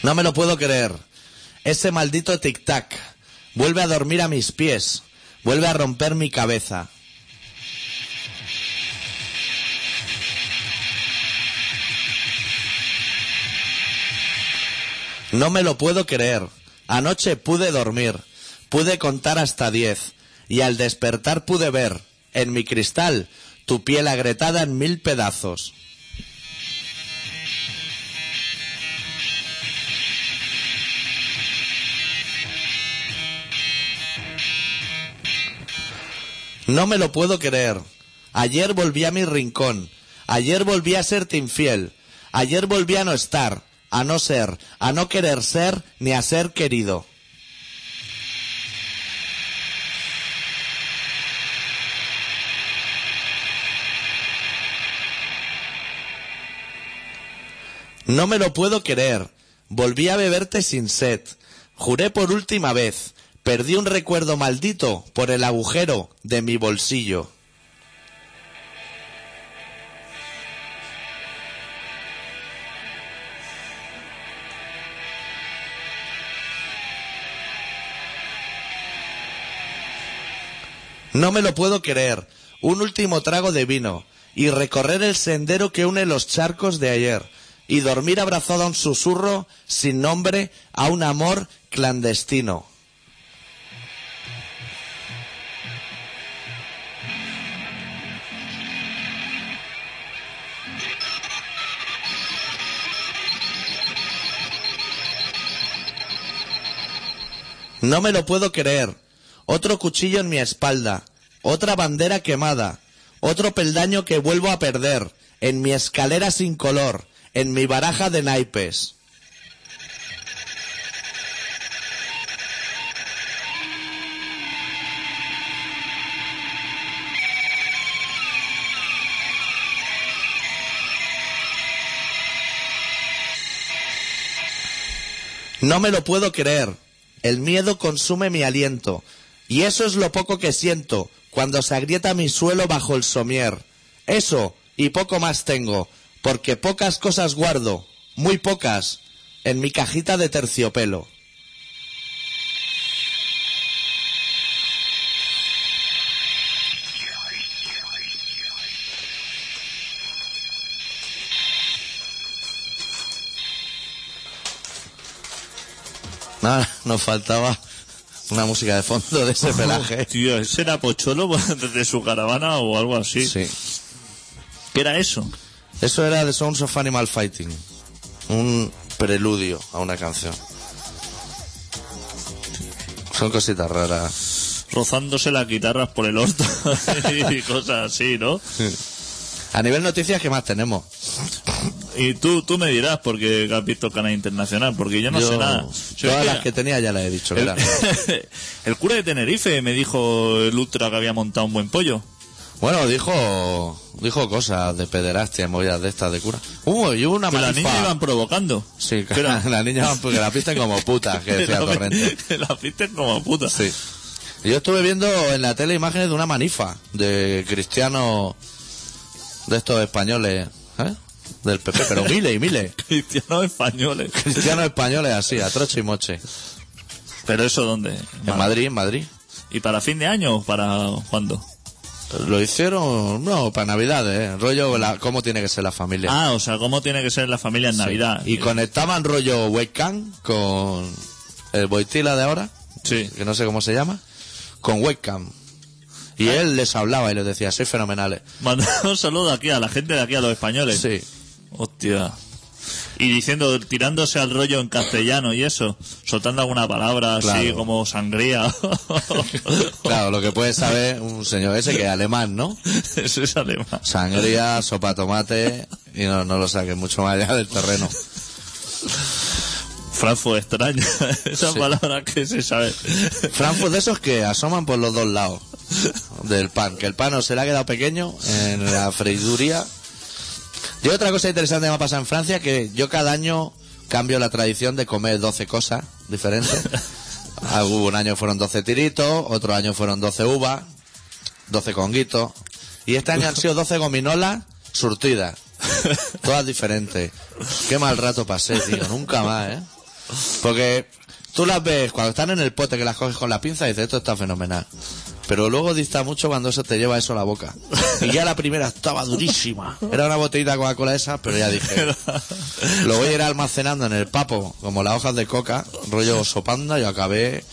[SPEAKER 1] No me lo puedo creer. Ese maldito tic-tac vuelve a dormir a mis pies, vuelve a romper mi cabeza. No me lo puedo creer. Anoche pude dormir, pude contar hasta diez, y al despertar pude ver, en mi cristal, tu piel agrietada en mil pedazos. No me lo puedo creer. Ayer volví a mi rincón. Ayer volví a serte infiel. Ayer volví a no estar, a no ser, a no querer ser ni a ser querido. No me lo puedo creer. Volví a beberte sin sed. Juré por última vez. Perdí un recuerdo maldito por el agujero de mi bolsillo. No me lo puedo creer. Un último trago de vino y recorrer el sendero que une los charcos de ayer y dormir abrazado a un susurro sin nombre a un amor clandestino. No me lo puedo creer. Otro cuchillo en mi espalda, otra bandera quemada, otro peldaño que vuelvo a perder, en mi escalera sin color, en mi baraja de naipes. No me lo puedo creer. El miedo consume mi aliento. Y eso es lo poco que siento cuando se agrieta mi suelo bajo el somier. Eso y poco más tengo, porque pocas cosas guardo, muy pocas, en mi cajita de terciopelo. Nada, nos faltaba una música de fondo de ese pelaje.
[SPEAKER 2] Tío, ¿ese era Pocholo desde su caravana o algo así?
[SPEAKER 1] Sí.
[SPEAKER 2] ¿Qué era eso?
[SPEAKER 1] Eso era The Sounds of Animal Fighting. Un preludio a una canción. Son cositas raras.
[SPEAKER 2] Rozándose las guitarras por el orto y cosas así, ¿no?
[SPEAKER 1] A nivel noticias, ¿qué más tenemos?
[SPEAKER 2] Y tú, tú me dirás porque has visto el canal internacional, porque yo no sé nada. Yo
[SPEAKER 1] todas
[SPEAKER 2] es
[SPEAKER 1] las que tenía ya las he dicho. que
[SPEAKER 2] el,
[SPEAKER 1] eran.
[SPEAKER 2] el cura de Tenerife me dijo el ultra que había montado un buen pollo.
[SPEAKER 1] Bueno, dijo dijo cosas de pederastia, movidas de estas de cura. Uh, y hubo una
[SPEAKER 2] Que la niña
[SPEAKER 1] manifa.
[SPEAKER 2] iban provocando.
[SPEAKER 1] Sí, que
[SPEAKER 2] Que
[SPEAKER 1] la,
[SPEAKER 2] la-
[SPEAKER 1] la niña va- porque la pisten como puta, que decía
[SPEAKER 2] la,
[SPEAKER 1] Torrente.
[SPEAKER 2] que la pisten como puta.
[SPEAKER 1] Sí. Yo estuve viendo en la tele imágenes de una manifa de cristianos de estos españoles, ¿eh? Del PP, pero miles y miles.
[SPEAKER 2] Cristianos españoles.
[SPEAKER 1] Cristianos españoles así, a troche y moche.
[SPEAKER 2] Pero eso dónde?
[SPEAKER 1] En Madrid, en Madrid.
[SPEAKER 2] ¿Y para fin de año o para cuándo?
[SPEAKER 1] Lo hicieron, no, para Navidades, ¿eh? Rollo, la- cómo tiene que ser la familia.
[SPEAKER 2] Ah, o sea, ¿cómo tiene que ser la familia en Navidad?
[SPEAKER 1] Y conectaban rollo webcam con el Boitila de ahora,
[SPEAKER 2] Sí.
[SPEAKER 1] que no sé cómo se llama, con webcam. Y
[SPEAKER 2] Ah.
[SPEAKER 1] él les hablaba y les decía, sois fenomenales.
[SPEAKER 2] Mandando un saludo aquí a la gente de aquí, a los españoles.
[SPEAKER 1] Sí.
[SPEAKER 2] Hostia. Y diciendo, tirándose al rollo en castellano y eso, soltando alguna palabra así
[SPEAKER 1] Claro.
[SPEAKER 2] como sangría.
[SPEAKER 1] Claro, lo que puede saber un señor ese que es alemán, ¿no?
[SPEAKER 2] Eso es alemán.
[SPEAKER 1] Sangría, sopa de tomate y no, no lo saques mucho más allá del terreno.
[SPEAKER 2] Franfo extraña. Esas
[SPEAKER 1] Sí.
[SPEAKER 2] palabras que se sabe.
[SPEAKER 1] Frankfurt de esos que asoman por los dos lados del pan, que el pan o se le ha quedado pequeño en la freiduría. Y otra cosa interesante que me ha pasado en Francia, que yo cada año cambio la tradición de comer 12 cosas diferentes. Ah, Hubo un año fueron 12 tiritos, otro año fueron 12 uvas, 12 conguitos, y este año han sido 12 gominolas surtidas, todas diferentes. Qué mal rato pasé, tío, nunca más, ¿eh? Porque tú las ves cuando están en el pote que las coges con la pinza y dices, esto está fenomenal. Pero luego dista mucho cuando eso te lleva eso a la boca. Y ya la primera estaba durísima. Era una botellita de Coca-Cola esa, pero ya dije. Lo voy a ir almacenando en el papo, como las hojas de coca, rollo sopanda, y acabé.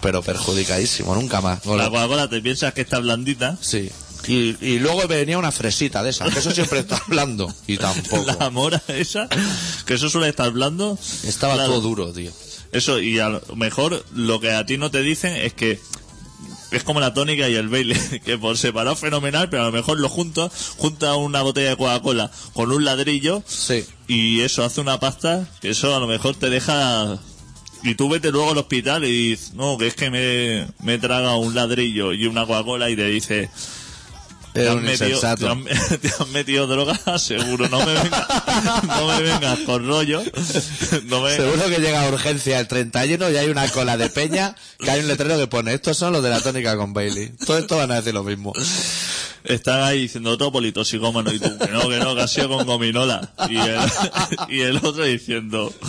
[SPEAKER 1] Pero perjudicadísimo, nunca más. Con
[SPEAKER 2] La
[SPEAKER 1] la-
[SPEAKER 2] Coca-Cola te piensas que está blandita.
[SPEAKER 1] Sí. Y, y luego venía una fresita de esas, que eso siempre está hablando. Y
[SPEAKER 2] La
[SPEAKER 1] tampoco.
[SPEAKER 2] mora esa, que eso suele estar blando.
[SPEAKER 1] Estaba
[SPEAKER 2] Claro.
[SPEAKER 1] todo duro, tío.
[SPEAKER 2] Eso, y a lo mejor lo que a ti no te dicen es que es como la tónica y el baile, que por separado fenomenal, pero a lo mejor lo juntas, junta una botella de Coca-Cola con un ladrillo
[SPEAKER 1] Sí.
[SPEAKER 2] y eso hace una pasta, que eso a lo mejor te deja... Y tú vete luego al hospital y dices, no, que es que me, me traga un ladrillo y una Coca-Cola y te dice, te
[SPEAKER 1] Era
[SPEAKER 2] has
[SPEAKER 1] un
[SPEAKER 2] metido-
[SPEAKER 1] insensato.
[SPEAKER 2] Te han, metido droga, seguro, no me vengas, no me vengas con rollo, no me
[SPEAKER 1] Seguro que llega a urgencia el 31 y hay una cola de peña que hay un letrero que pone estos son los de la tónica con Bailey. Todo esto van a decir lo mismo.
[SPEAKER 2] Están ahí diciendo otro politoxicómano y tú, que no, que no, que ha sido con gominola. Y el, y el otro diciendo,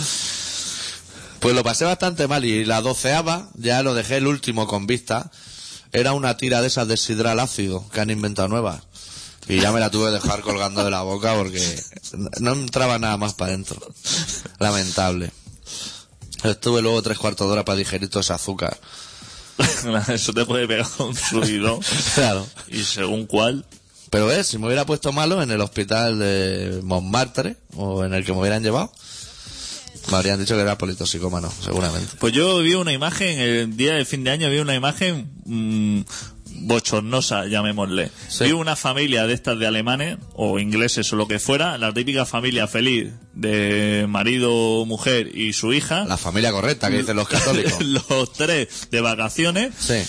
[SPEAKER 1] Pues lo pasé bastante mal y la doceava ya lo dejé el último con vista. Era una tira de esas de sidral ácido que han inventado nuevas. Y ya me la tuve que dejar colgando de la boca porque no entraba nada más para adentro. Lamentable. Estuve luego tres cuartos de hora para digerir todo ese azúcar.
[SPEAKER 2] eso te puede pegar un subidón.
[SPEAKER 1] Claro.
[SPEAKER 2] Y según cuál,
[SPEAKER 1] Pero ves, si me hubiera puesto malo en el hospital de Montmartre o en el que me hubieran llevado, me habrían dicho que era politoxicómano, seguramente.
[SPEAKER 2] Pues yo vi una imagen, el día de fin de año vi una imagen mm, bochornosa, llamémosle.
[SPEAKER 1] Sí.
[SPEAKER 2] Vi una familia de estas de alemanes o ingleses o lo que fuera, la típica familia feliz de marido, mujer y su hija.
[SPEAKER 1] La familia correcta que dicen los católicos.
[SPEAKER 2] los tres de vacaciones.
[SPEAKER 1] Sí.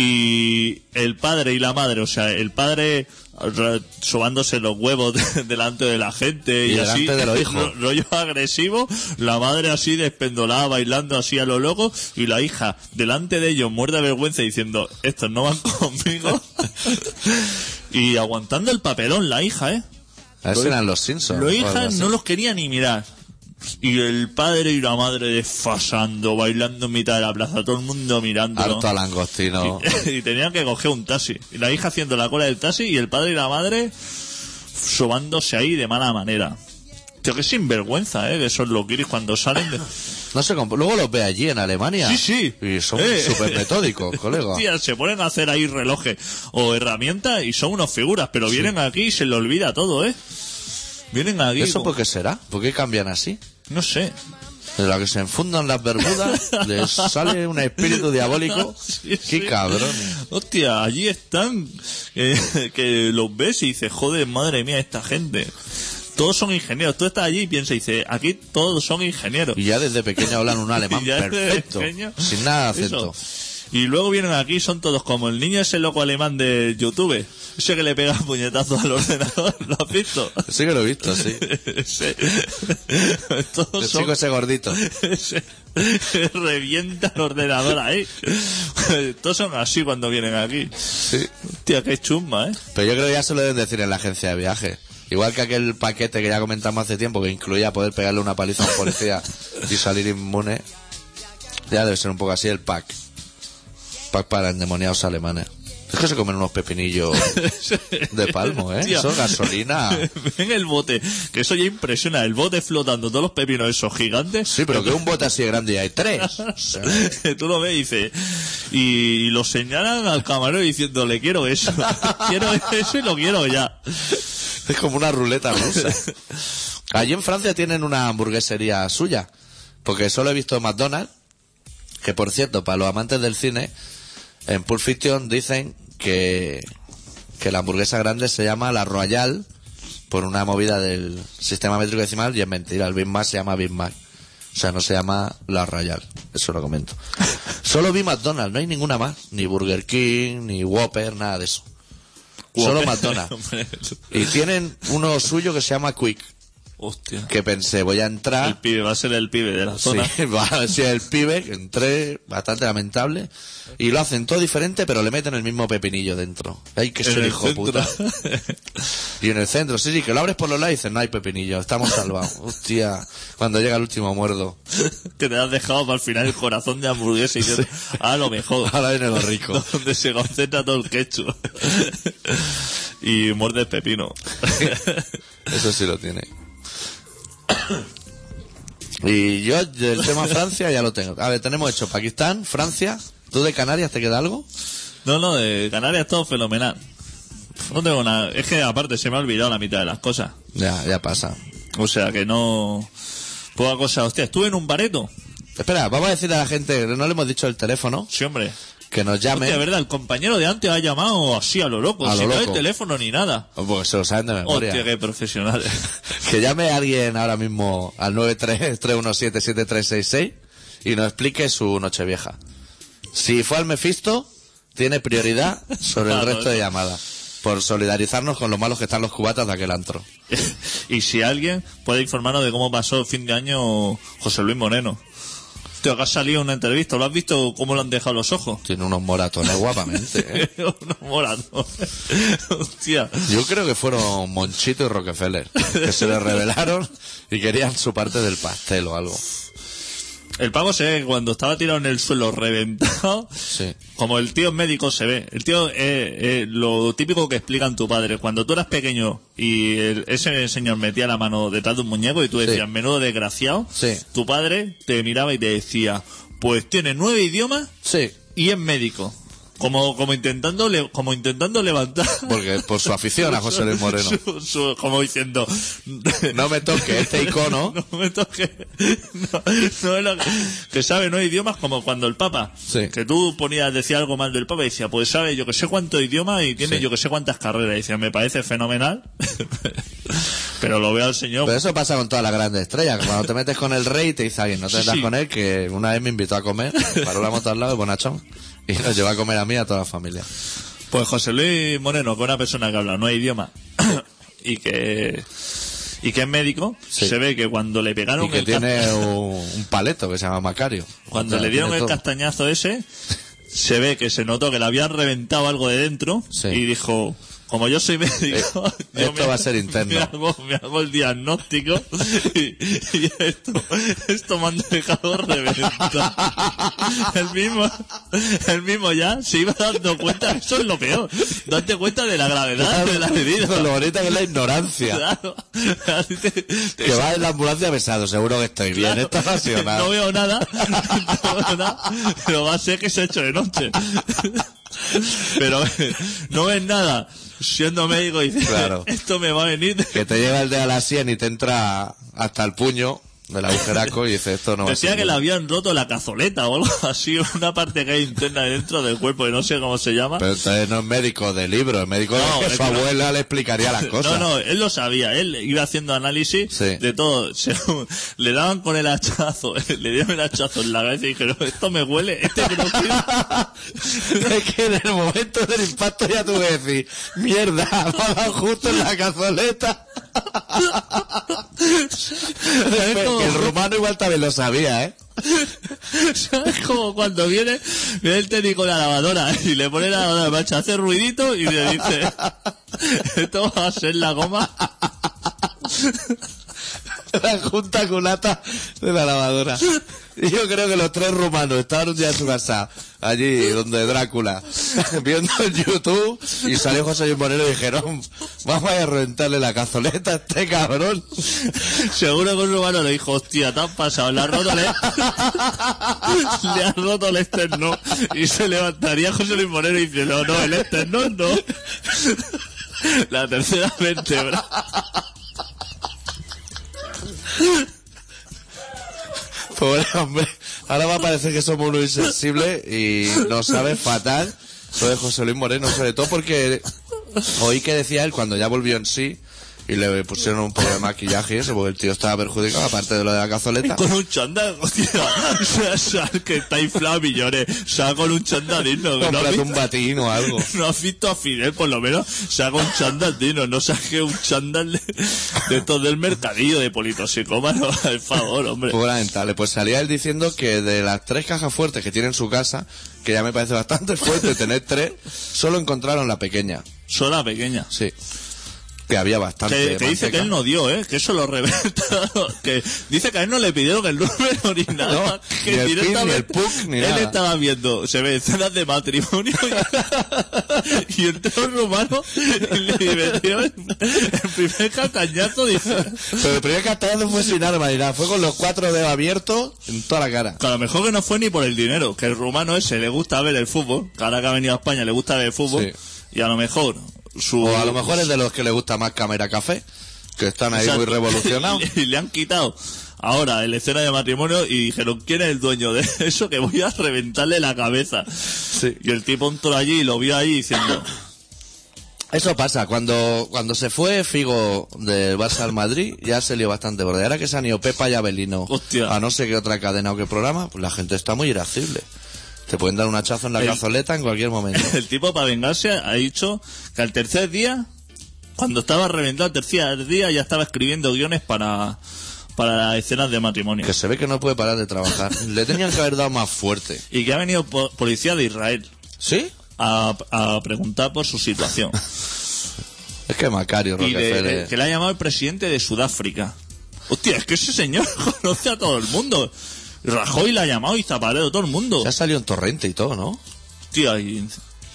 [SPEAKER 2] Y el padre y la madre, o sea, el padre ra- sobándose los huevos de- delante de la gente y,
[SPEAKER 1] Y
[SPEAKER 2] así,
[SPEAKER 1] delante de los hijos.
[SPEAKER 2] ro- rollo agresivo, la madre así despendolada, bailando así a lo loco, y la hija delante de ellos muerta de vergüenza diciendo, estos no van conmigo. y aguantando el papelón la hija, ¿eh?
[SPEAKER 1] A ver si eran los Simpsons.
[SPEAKER 2] Los
[SPEAKER 1] o algo
[SPEAKER 2] hijas
[SPEAKER 1] así.
[SPEAKER 2] no los quería ni mirar. Y el padre y la madre desfasando, bailando en mitad de la plaza, todo el mundo mirando.
[SPEAKER 1] Harto a langostino.
[SPEAKER 2] y tenían que coger un taxi. Y la hija haciendo la cola del taxi y el padre y la madre sobándose ahí de mala manera. Tío, qué sinvergüenza, ¿eh? De esos loquiris cuando salen de...
[SPEAKER 1] No sé cómo- Luego los ve allí en Alemania.
[SPEAKER 2] Sí, sí.
[SPEAKER 1] Y son
[SPEAKER 2] Eh.
[SPEAKER 1] súper metódicos, colega.
[SPEAKER 2] Hostia, se ponen a hacer ahí relojes o herramientas y son unas figuras, pero vienen aquí y se le olvida todo, ¿eh? Vienen aquí...
[SPEAKER 1] ¿Eso
[SPEAKER 2] como-
[SPEAKER 1] por qué será? ¿Por qué cambian así?
[SPEAKER 2] No sé.
[SPEAKER 1] De la que se enfundan las bermudas, les sale un espíritu diabólico.
[SPEAKER 2] Sí, sí.
[SPEAKER 1] Qué cabrón.
[SPEAKER 2] Hostia, allí están eh, que los ves y dices, joder, madre mía, esta gente. Todos son ingenieros. Tú estás allí y piensas, dices, aquí todos son ingenieros.
[SPEAKER 1] Y ya desde pequeño hablan un alemán
[SPEAKER 2] Y ya desde
[SPEAKER 1] perfecto.
[SPEAKER 2] pequeño.
[SPEAKER 1] Sin nada de acento.
[SPEAKER 2] Eso. Y luego vienen aquí y son todos como el niño ese loco alemán de YouTube. Ese que le pega puñetazos al ordenador. ¿Lo has visto?
[SPEAKER 1] Pues Sí que lo he visto, sí.
[SPEAKER 2] Ese. Todos
[SPEAKER 1] El
[SPEAKER 2] son-
[SPEAKER 1] chico ese gordito.
[SPEAKER 2] se revienta el ordenador ahí. Todos son así cuando vienen aquí.
[SPEAKER 1] Sí.
[SPEAKER 2] Hostia, qué chumba, ¿eh?
[SPEAKER 1] Pero yo creo que ya se lo deben decir en la agencia de viaje. Igual que aquel paquete que ya comentamos hace tiempo que incluía poder pegarle una paliza a un policía y salir inmune. Ya debe ser un poco así el pack. Pack para endemoniados alemanes. Es que se comen unos pepinillos de palmo, ¿eh?
[SPEAKER 2] Hostia.
[SPEAKER 1] Eso, gasolina.
[SPEAKER 2] Ven el bote, que eso ya impresiona, el bote flotando, todos los pepinos esos gigantes.
[SPEAKER 1] Sí, pero que un bote así de grande y hay tres. O sea,
[SPEAKER 2] Tú lo ves y dices, y lo señalan al camarero diciéndole, quiero eso, quiero eso y lo quiero ya.
[SPEAKER 1] Es como una ruleta rusa. Allí en Francia tienen una hamburguesería suya. Porque solo he visto McDonald's. Que por cierto, para los amantes del cine, en Pulp Fiction dicen que, que la hamburguesa grande se llama la Royal por una movida del sistema métrico decimal y es mentira, el Big Mac se llama Big Mac. O sea, no se llama la Royal, eso lo comento. Solo vi McDonald's, no hay ninguna más, ni Burger King, ni Whopper, nada de eso. Solo McDonald's.
[SPEAKER 2] Hombre,
[SPEAKER 1] Y tienen uno suyo que se llama Quick,
[SPEAKER 2] Hostia.
[SPEAKER 1] que pensé, voy a
[SPEAKER 2] El
[SPEAKER 1] entrar.
[SPEAKER 2] pibe va a ser el pibe de la
[SPEAKER 1] Sí,
[SPEAKER 2] zona.
[SPEAKER 1] va a ser el pibe, que entré, bastante lamentable. Y lo hacen todo diferente, pero le meten el mismo pepinillo dentro. Hay que
[SPEAKER 2] En
[SPEAKER 1] ser
[SPEAKER 2] el
[SPEAKER 1] hijo puta.
[SPEAKER 2] centro.
[SPEAKER 1] Y en el centro, sí, sí, que lo abres por los lados y dices, no hay pepinillo, estamos salvados. Hostia, cuando llega el último muerdo.
[SPEAKER 2] que te has dejado para el final el corazón de hamburguesa y dices, ah, lo mejor.
[SPEAKER 1] Ahora viene lo rico.
[SPEAKER 2] Donde se concentra todo el ketchup. y muerde el pepino.
[SPEAKER 1] Eso sí lo tiene. Y yo del tema Francia ya lo tengo. A ver, tenemos hecho Pakistán, Francia. ¿Tú de Canarias te queda algo?
[SPEAKER 2] No, no, de Canarias todo fenomenal. No tengo nada. Es que aparte se me ha olvidado la mitad de las cosas.
[SPEAKER 1] Ya, ya pasa.
[SPEAKER 2] O sea que no. Poca cosa. Hostia, estuve en un bareto.
[SPEAKER 1] Espera, vamos a decir a la gente, no le hemos dicho el teléfono,
[SPEAKER 2] Sí, hombre.
[SPEAKER 1] que nos
[SPEAKER 2] Hostia,
[SPEAKER 1] llame.
[SPEAKER 2] verdad, el compañero de antes ha llamado así a lo loco.
[SPEAKER 1] A lo
[SPEAKER 2] sin dar el
[SPEAKER 1] loco.
[SPEAKER 2] teléfono ni nada.
[SPEAKER 1] Porque se Oh, pues lo saben de memoria.
[SPEAKER 2] Hostia, qué profesionales.
[SPEAKER 1] Que llame a alguien ahora mismo al 933177366 y nos explique su nochevieja. Si fue al Mefisto, tiene prioridad sobre el
[SPEAKER 2] Claro,
[SPEAKER 1] resto de
[SPEAKER 2] eso.
[SPEAKER 1] llamadas. Por solidarizarnos con lo malos que están los cubatas de aquel antro.
[SPEAKER 2] y si alguien puede informarnos de cómo pasó el fin de año José Luis Moreno. Te ha salido una entrevista, ¿lo has visto cómo le han dejado los ojos?
[SPEAKER 1] Tiene unos moratones guapamente. ¿eh?
[SPEAKER 2] Unos morados. Hostia.
[SPEAKER 1] Yo creo que fueron Monchito y Rockefeller, que se le revelaron y querían su parte del pastel o algo.
[SPEAKER 2] El pago se ve que cuando estaba tirado en el suelo reventado.
[SPEAKER 1] Sí.
[SPEAKER 2] Como el tío médico se ve. El tío es lo típico que explican tu padre. Cuando tú eras pequeño y el- ese señor metía la mano detrás de un muñeco y tú decías, menudo desgraciado,
[SPEAKER 1] Sí.
[SPEAKER 2] tu padre te miraba y te decía, pues tiene nueve idiomas
[SPEAKER 1] Sí,
[SPEAKER 2] y es médico. Como, como intentando le- como intentando levantar
[SPEAKER 1] Porque por su afición a José Luis Moreno.
[SPEAKER 2] su- su- como diciendo
[SPEAKER 1] No me toque este icono.
[SPEAKER 2] no me toque no, no es lo que, que sabe no idiomas como cuando el Papa
[SPEAKER 1] Sí.
[SPEAKER 2] que tú ponías decía algo mal del Papa y decía pues sabe yo que sé cuántos idiomas y tiene
[SPEAKER 1] Sí.
[SPEAKER 2] yo que sé cuántas carreras y decía me parece fenomenal pero lo veo al señor
[SPEAKER 1] Pero eso pasa con todas las grandes estrellas. que Cuando te metes con el rey te dice alguien, no te
[SPEAKER 2] Sí,
[SPEAKER 1] metas
[SPEAKER 2] sí.
[SPEAKER 1] con él, que una vez me invitó a comer, paró la moto al lado de Bonachón y nos llevó a comer a mí y a toda la familia.
[SPEAKER 2] Pues José Luis Moreno, que es una persona que habla no hay idioma y que y que es médico,
[SPEAKER 1] Sí.
[SPEAKER 2] se ve que cuando le pegaron
[SPEAKER 1] Y que
[SPEAKER 2] el casta-
[SPEAKER 1] tiene un, un paleto que se llama Macario.
[SPEAKER 2] cuando
[SPEAKER 1] O sea,
[SPEAKER 2] le dieron
[SPEAKER 1] tiene
[SPEAKER 2] el
[SPEAKER 1] todo.
[SPEAKER 2] castañazo ese, se ve que se notó que le habían reventado algo de dentro
[SPEAKER 1] Sí.
[SPEAKER 2] y dijo como yo soy médico,
[SPEAKER 1] Eh,
[SPEAKER 2] yo
[SPEAKER 1] esto
[SPEAKER 2] me-
[SPEAKER 1] va a ser interno.
[SPEAKER 2] Me hago, me hago el diagnóstico y, y esto, esto me han dejado reventado. El mismo, el mismo ya se iba dando cuenta, eso es lo peor, date cuenta de la gravedad de la herida.
[SPEAKER 1] Lo bonito que es la ignorancia.
[SPEAKER 2] Claro. A ti te- te-
[SPEAKER 1] Que va en la ambulancia pesado, seguro que estoy bien,
[SPEAKER 2] claro.
[SPEAKER 1] está racional.
[SPEAKER 2] No veo nada, no veo nada, pero va a ser que se ha hecho de noche. Pero eh, no ves nada, siendo médico y dices,
[SPEAKER 1] Claro.
[SPEAKER 2] esto me va a venir. de-
[SPEAKER 1] Que te lleva el dedo a la sien y te entra hasta el puño. del agujeraco y dice, esto no va a
[SPEAKER 2] Decía
[SPEAKER 1] ser
[SPEAKER 2] que le habían roto la cazoleta o algo así, una parte que hay interna dentro del cuerpo, que no sé cómo se llama.
[SPEAKER 1] Pero entonces no es médico de libro, es médico
[SPEAKER 2] No,
[SPEAKER 1] de que
[SPEAKER 2] es
[SPEAKER 1] su
[SPEAKER 2] que no.
[SPEAKER 1] abuela le explicaría las cosas.
[SPEAKER 2] No, no, él lo sabía, él iba haciendo análisis
[SPEAKER 1] Sí.
[SPEAKER 2] de todo. según- le daban con el hachazo, le dieron el hachazo en la cabeza y dijeron, esto me huele, este creo que...
[SPEAKER 1] Es que en el momento del impacto ya tuve que decir, mierda, me ha dado justo en la cazoleta. Pues Que el rumano igual también lo sabía, ¿eh?
[SPEAKER 2] Es como cuando viene, viene el técnico con la lavadora y le pone la lavadora en marcha, hace ruidito y le dice, esto va a ser la goma.
[SPEAKER 1] La junta culata de la lavadora. Y Yo creo que los tres rumanos estaban un día en su casa, allí donde Drácula, viendo en YouTube, y salió José Luis Moreno y dijeron, vamos a reventarle la cazoleta a este cabrón.
[SPEAKER 2] Seguro que un humano le dijo, hostia, te has pasado, le has roto el, le has roto el externo. Y se levantaría José Luis Moreno y dice, no, no, el externo no. La tercera vértebra.
[SPEAKER 1] Pobre hombre. Ahora va a parecer que somos unos insensibles y nos sabe fatal lo de José Luis Moreno, sobre todo porque oí que decía él cuando ya volvió en sí y le pusieron un poco de maquillaje y eso, porque el tío estaba perjudicado, aparte de lo de la cazoleta.
[SPEAKER 2] Con un chándal, hostia. O sea, o sea, que está inflado a millones. O sea, con un chándal digno, que no has
[SPEAKER 1] Cómprate un batín
[SPEAKER 2] visto.
[SPEAKER 1] o algo.
[SPEAKER 2] No has visto a Fidel, por lo menos saca un chándal, Dino. No saque un chándal de, de estos del mercadillo de politoxicómano, por favor, hombre.
[SPEAKER 1] Fue lamentable. Pues salía él diciendo que de las tres cajas fuertes que tiene en su casa, que ya me parece bastante fuerte tener tres, solo encontraron la pequeña.
[SPEAKER 2] Sola pequeña.
[SPEAKER 1] Sí. Que había bastante.
[SPEAKER 2] Que, que dice que
[SPEAKER 1] manteca.
[SPEAKER 2] él no dio, ¿eh? Que eso lo reventa. que dice que a él no le pidieron el número ni nada.
[SPEAKER 1] No,
[SPEAKER 2] que
[SPEAKER 1] ni el PIN, ni el PUC, ni
[SPEAKER 2] él
[SPEAKER 1] nada.
[SPEAKER 2] estaba viendo, se ve escenas de matrimonio y, y entró un rumano y le metió el, el primer cacañazo. Dice,
[SPEAKER 1] Pero el primer castañazo fue sin arma ni nada, fue con los cuatro dedos abiertos en toda la cara.
[SPEAKER 2] que a lo mejor que no fue ni por el dinero, que el rumano ese le gusta ver el fútbol, que ahora que ha venido a España le gusta ver el fútbol, y a lo mejor su...
[SPEAKER 1] O a lo mejor es de los que le gusta más Cámara Café, que están ahí muy
[SPEAKER 2] Exacto.
[SPEAKER 1] revolucionados.
[SPEAKER 2] Y le han quitado ahora el escena de matrimonio y dijeron, ¿quién es el dueño de eso? Que voy a reventarle la cabeza. Y el tipo entró allí y lo vio ahí diciendo,
[SPEAKER 1] Eso pasa, cuando, cuando se fue Figo del Barça al Madrid, ya se lió bastante borde. Ahora que se han ido Pepa y Abelino
[SPEAKER 2] Hostia.
[SPEAKER 1] a no sé qué otra cadena o qué programa, pues la gente está muy irascible. Te pueden dar un hachazo en la
[SPEAKER 2] El-
[SPEAKER 1] cazoleta en cualquier momento.
[SPEAKER 2] el tipo para vengarse ha dicho que al tercer día, cuando estaba reventado al tercer día, ya estaba escribiendo guiones para, para las escenas de matrimonio.
[SPEAKER 1] que se ve que no puede parar de trabajar. Le tenían que haber dado más fuerte.
[SPEAKER 2] Y que ha venido po- policía de Israel
[SPEAKER 1] ¿Sí?
[SPEAKER 2] a, a preguntar por su situación.
[SPEAKER 1] Es que eh, Macario
[SPEAKER 2] y de-
[SPEAKER 1] Rockefeller.
[SPEAKER 2] de- que le ha llamado el presidente de Sudáfrica. Hostia, es que ese señor conoce a todo el mundo. Rajoy le ha llamado y Zapatero, todo el mundo.
[SPEAKER 1] Ya salió en torrente y todo, ¿no?
[SPEAKER 2] Hostia, y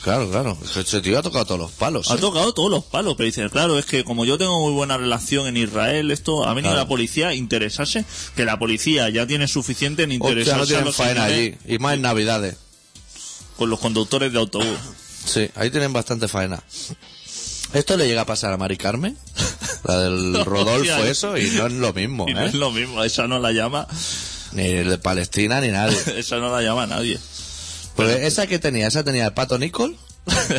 [SPEAKER 1] Claro, claro. Ese tío ha tocado todos los palos.
[SPEAKER 2] ha
[SPEAKER 1] ¿eh?
[SPEAKER 2] tocado todos los palos, pero dice, claro, es que como yo tengo muy buena relación en Israel, esto, ha venido
[SPEAKER 1] Claro.
[SPEAKER 2] la policía a interesarse, que la policía ya tiene suficiente en
[SPEAKER 1] Hostia,
[SPEAKER 2] interesarse
[SPEAKER 1] no
[SPEAKER 2] a
[SPEAKER 1] tienen
[SPEAKER 2] los
[SPEAKER 1] faena
[SPEAKER 2] señores
[SPEAKER 1] allí. Y más en Navidades.
[SPEAKER 2] con los conductores de autobús.
[SPEAKER 1] Sí, ahí tienen bastante faena. Esto le llega a pasar a Mari Carmen, la del Rodolfo,
[SPEAKER 2] Hostia.
[SPEAKER 1] eso, y no es lo mismo,
[SPEAKER 2] y no
[SPEAKER 1] ¿eh?
[SPEAKER 2] es lo mismo, esa no la llama,
[SPEAKER 1] Ni el de Palestina ni nadie.
[SPEAKER 2] esa no la llama nadie.
[SPEAKER 1] Pero esa que tenía, esa tenía el pato Nicol,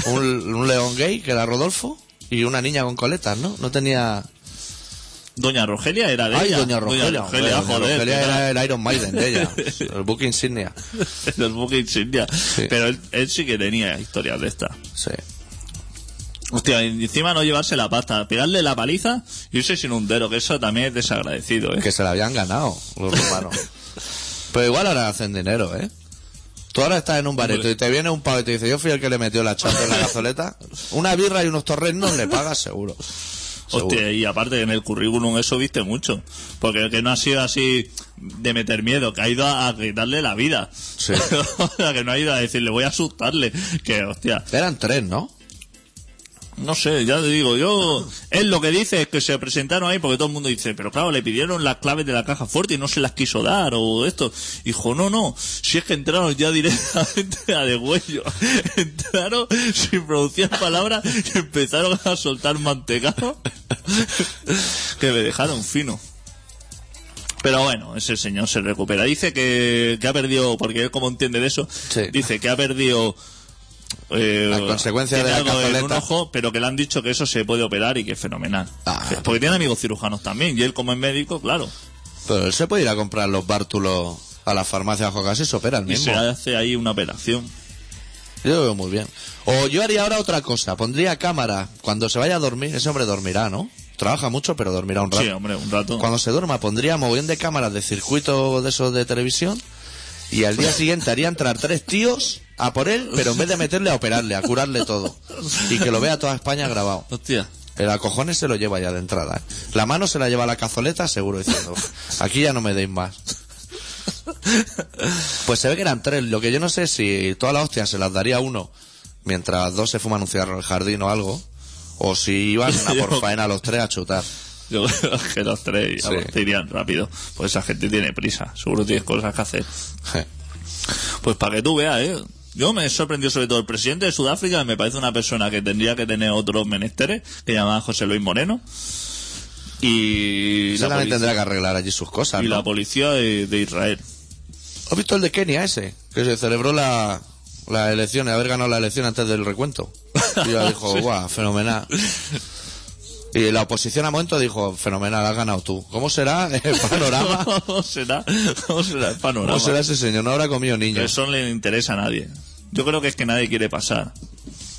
[SPEAKER 1] un, un león gay, que era Rodolfo, y una niña con coletas, ¿no? No tenía.
[SPEAKER 2] Doña Rogelia era de
[SPEAKER 1] Ay,
[SPEAKER 2] ella.
[SPEAKER 1] doña Rogelia.
[SPEAKER 2] Doña Rogelia,
[SPEAKER 1] hombre, doña
[SPEAKER 2] joder,
[SPEAKER 1] Rogelia
[SPEAKER 2] que
[SPEAKER 1] era el Iron Maiden de ella, el book insignia.
[SPEAKER 2] los buques insignia. Pero él, él sí que tenía historias de estas.
[SPEAKER 1] Sí.
[SPEAKER 2] Hostia, y encima no llevarse la pasta, pegarle la paliza y irse sin un dero, que eso también es desagradecido, ¿eh?
[SPEAKER 1] Que se la habían ganado los romanos. Pero igual ahora hacen dinero, ¿eh? Tú ahora estás en un bareto y te viene un pavo y te dice, yo fui el que le metió la chapa en la gazoleta. Una birra y unos torrenos le pagas seguro. Seguro.
[SPEAKER 2] Hostia, y aparte que en el currículum eso viste mucho. Porque el que no ha sido así de meter miedo, que ha ido a, a quitarle la vida.
[SPEAKER 1] Sí.
[SPEAKER 2] o sea, que no ha ido a decirle, voy a asustarle. Que, hostia,
[SPEAKER 1] Eran tres, ¿no?
[SPEAKER 2] No sé, ya te digo, yo. Él lo que dice es que se presentaron ahí porque todo el mundo dice, pero claro, le pidieron las claves de la caja fuerte y no se las quiso dar o esto. Dijo, no, no, si es que entraron ya directamente a degüello. Entraron sin pronunciar palabras y empezaron a soltar mantecado que me dejaron fino. Pero bueno, ese señor se recupera. Dice que, que ha perdido, porque él como entiende de eso,
[SPEAKER 1] Sí.
[SPEAKER 2] dice que ha perdido... eh,
[SPEAKER 1] Las consecuencias
[SPEAKER 2] tiene
[SPEAKER 1] de la
[SPEAKER 2] algo en un
[SPEAKER 1] cazoleta.
[SPEAKER 2] ojo, pero que le han dicho que eso se puede operar y que es fenomenal.
[SPEAKER 1] Ah.
[SPEAKER 2] Que- Porque tiene amigos cirujanos también, y él como es médico, claro.
[SPEAKER 1] Pero él se puede ir a comprar los bártulos a la farmacia de Jocas y se opera el
[SPEAKER 2] Y
[SPEAKER 1] mismo.
[SPEAKER 2] se hace ahí una operación.
[SPEAKER 1] Yo lo veo muy bien. O yo haría ahora otra cosa. Pondría cámara. Cuando se vaya a dormir, ese hombre dormirá, ¿no? Trabaja mucho, pero dormirá un rato.
[SPEAKER 2] Sí, hombre, un rato.
[SPEAKER 1] Cuando se duerma, pondría mogollón de cámaras de circuito de esos de televisión. Y al día siguiente haría entrar tres tíos a por él, pero en vez de meterle a operarle, a curarle todo. Y que lo vea toda España grabado.
[SPEAKER 2] Hostia.
[SPEAKER 1] El acojones se lo lleva ya de entrada. ¿eh? La mano se la lleva a la cazoleta, seguro diciendo, aquí ya no me deis más. Pues se ve que eran tres. Lo que yo no sé si todas las hostias se las daría uno mientras dos se fuman un cigarro en el jardín o algo. O si iban a por faena los tres a chutar.
[SPEAKER 2] Yo creo que los tres
[SPEAKER 1] Sí.
[SPEAKER 2] te irían rápido. Pues esa gente tiene prisa. Seguro tienes cosas que hacer. Pues para que tú veas, ¿eh? Yo me sorprendió sobre todo el presidente de Sudáfrica, me parece una persona que tendría que tener otros menesteres, que llamaba José Luis Moreno. Y
[SPEAKER 1] Y
[SPEAKER 2] la,
[SPEAKER 1] también
[SPEAKER 2] polic-
[SPEAKER 1] tendrá que arreglar allí sus cosas.
[SPEAKER 2] y
[SPEAKER 1] ¿no?
[SPEAKER 2] la policía de, de Israel.
[SPEAKER 1] ¿Has visto el de Kenia ese? Que se celebró la, la elección, haber ganado la elección antes del recuento. Y ella dijo, guau, fenomenal. Y la oposición a momento dijo, fenomenal, has ganado tú. ¿Cómo será el panorama?
[SPEAKER 2] ¿Cómo será? ¿Cómo será el panorama?
[SPEAKER 1] ¿Cómo será ese señor? No habrá comido niños.
[SPEAKER 2] Eso no le interesa a nadie. Yo creo que es que nadie quiere pasar.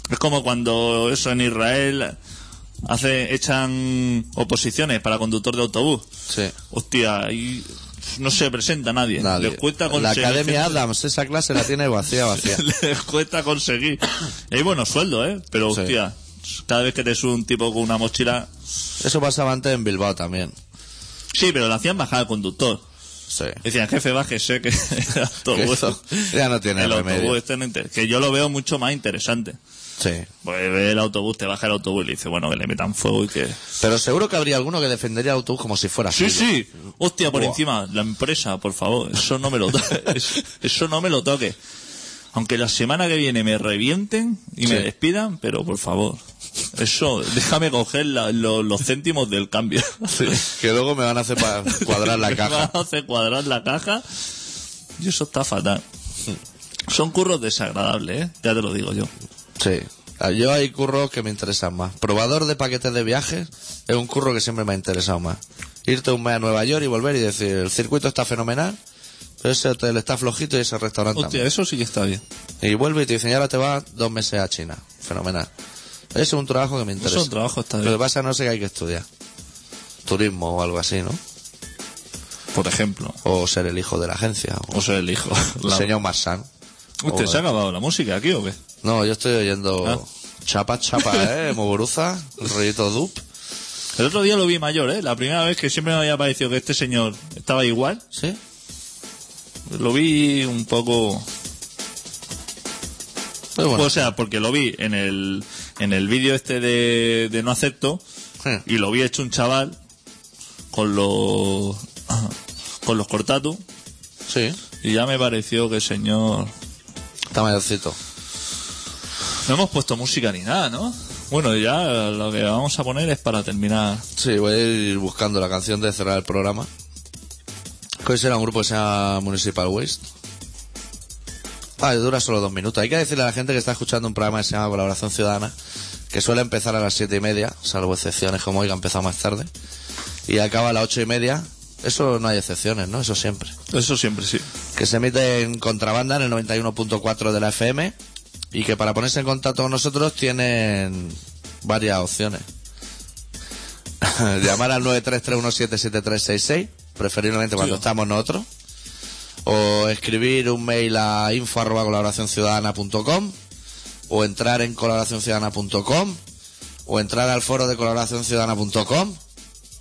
[SPEAKER 2] Es como cuando eso en Israel hace, echan oposiciones para conductor de autobús.
[SPEAKER 1] Sí.
[SPEAKER 2] Hostia, y no se presenta nadie.
[SPEAKER 1] Nadie.
[SPEAKER 2] Les cuesta
[SPEAKER 1] La
[SPEAKER 2] conseguir.
[SPEAKER 1] Academia Adams, esa clase la tiene vacía, vacía.
[SPEAKER 2] Les cuesta conseguir. Hay buenos sueldos, ¿eh? Pero
[SPEAKER 1] Sí.
[SPEAKER 2] hostia, cada vez que te sube un tipo con una mochila.
[SPEAKER 1] Eso pasaba antes en Bilbao también.
[SPEAKER 2] Sí, pero le hacían bajar al conductor.
[SPEAKER 1] Sí.
[SPEAKER 2] Decían, jefe, bájese, que el
[SPEAKER 1] Que
[SPEAKER 2] autobús.
[SPEAKER 1] esto ya no tiene
[SPEAKER 2] el autobús
[SPEAKER 1] remedio.
[SPEAKER 2] este no inter- Que yo lo veo mucho más interesante.
[SPEAKER 1] Sí.
[SPEAKER 2] Pues ve el autobús, te baja el autobús y le dice, bueno, que le metan fuego y que...
[SPEAKER 1] Pero seguro que habría alguno que defendería el autobús como si fuera
[SPEAKER 2] Sí,
[SPEAKER 1] suyo.
[SPEAKER 2] sí. Hostia, por
[SPEAKER 1] Buah.
[SPEAKER 2] encima, la empresa, por favor, eso no me lo toque. eso no me lo toque. Aunque la semana que viene me revienten y me
[SPEAKER 1] Sí.
[SPEAKER 2] despidan, pero por favor, eso, déjame coger la- lo- los céntimos del cambio.
[SPEAKER 1] Sí, Que luego me van a hacer pa- cuadrar la
[SPEAKER 2] Me
[SPEAKER 1] caja.
[SPEAKER 2] vas a hacer cuadrar la caja y eso está fatal. Son curros desagradables, ¿eh? ya te lo digo yo.
[SPEAKER 1] Sí. Ah, Yo hay curros que me interesan más. Probador de paquetes de viajes es un curro que siempre me ha interesado más. Irte un mes a Nueva York y volver y decir, el circuito está fenomenal, pero ese hotel está flojito y ese restaurante
[SPEAKER 2] Hostia,
[SPEAKER 1] también.
[SPEAKER 2] eso sí que está bien.
[SPEAKER 1] Y vuelve y te dicen, y ahora te vas dos meses a China. Fenomenal. Ese es un trabajo que me interesa.
[SPEAKER 2] un trabajo, está bien.
[SPEAKER 1] Lo que pasa no sé que hay que estudiar. Turismo o algo así, ¿no?
[SPEAKER 2] Por ejemplo,
[SPEAKER 1] O ser el hijo de la agencia. O
[SPEAKER 2] o sea, el hijo.
[SPEAKER 1] el señor Marsan.
[SPEAKER 2] ¿Usted se ha acabado la música aquí o qué?
[SPEAKER 1] No, yo estoy oyendo
[SPEAKER 2] Ah.
[SPEAKER 1] chapa, chapa, ¿eh? Muguruza, rollito dup.
[SPEAKER 2] El otro día lo vi mayor, ¿eh? La primera vez que siempre me había parecido que este señor estaba igual,
[SPEAKER 1] ¿Sí?
[SPEAKER 2] lo vi un poco...
[SPEAKER 1] Pero bueno.
[SPEAKER 2] O sea, porque lo vi en el, en el vídeo este de, de No Acepto
[SPEAKER 1] Sí.
[SPEAKER 2] y lo vi hecho un chaval con los... con los cortatus
[SPEAKER 1] Sí.
[SPEAKER 2] y ya me pareció que el señor...
[SPEAKER 1] Está mayorcito.
[SPEAKER 2] No hemos puesto música ni nada, ¿no? Bueno, ya lo que vamos a poner es para terminar.
[SPEAKER 1] Sí, voy a ir buscando la canción de cerrar el programa. Que Hoy será un grupo que se llama Municipal Waste. Ah, y dura solo dos minutos. Hay que decirle a la gente que está escuchando un programa que se llama Colaboración Ciudadana, que suele empezar a las siete y media, salvo excepciones como hoy que ha empezado más tarde, y acaba a las ocho y media. Eso no hay excepciones, ¿no? Eso siempre.
[SPEAKER 2] Eso siempre sí.
[SPEAKER 1] que se emite en contrabanda en el 91.4 de la FM y que para ponerse en contacto con nosotros tienen varias opciones. Llamar al 933177366, preferiblemente cuando
[SPEAKER 2] Sí.
[SPEAKER 1] estamos nosotros. O escribir un mail a info arroba colaboracionciudadana.com o entrar en colaboracionciudadana.com o entrar al foro de colaboracionciudadana.com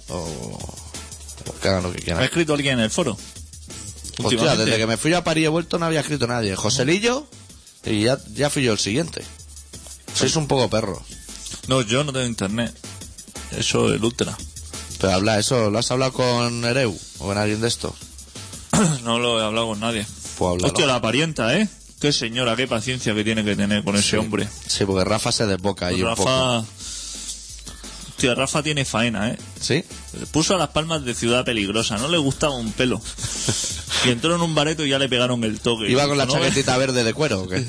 [SPEAKER 1] o, o que hagan lo que quieran.
[SPEAKER 2] ¿Ha escrito alguien en el foro?
[SPEAKER 1] Hostia,
[SPEAKER 2] Últimamente.
[SPEAKER 1] desde que me fui yo a París y he vuelto no había escrito nadie. Joselillo y ya, ya fui yo el siguiente. Sois un poco perro.
[SPEAKER 2] No, yo no tengo internet. Eso el ultra.
[SPEAKER 1] Pero habla eso, ¿lo has hablado con Ereu o con alguien de estos?
[SPEAKER 2] No lo he hablado con nadie.
[SPEAKER 1] Pues háblalo.
[SPEAKER 2] Hostia, la parienta, ¿eh? Qué señora, qué paciencia que tiene que tener con ese hombre. Pues
[SPEAKER 1] Sí, porque Rafa se desboca ahí un poco.
[SPEAKER 2] Rafa. Tío, Rafa tiene faena, ¿eh?
[SPEAKER 1] ¿Sí?
[SPEAKER 2] Puso a las palmas de ciudad peligrosa, no le gustaba un pelo. Y entró en un bareto y ya le pegaron el toque.
[SPEAKER 1] ¿Iba con la
[SPEAKER 2] No,
[SPEAKER 1] chaquetita verde de cuero o qué?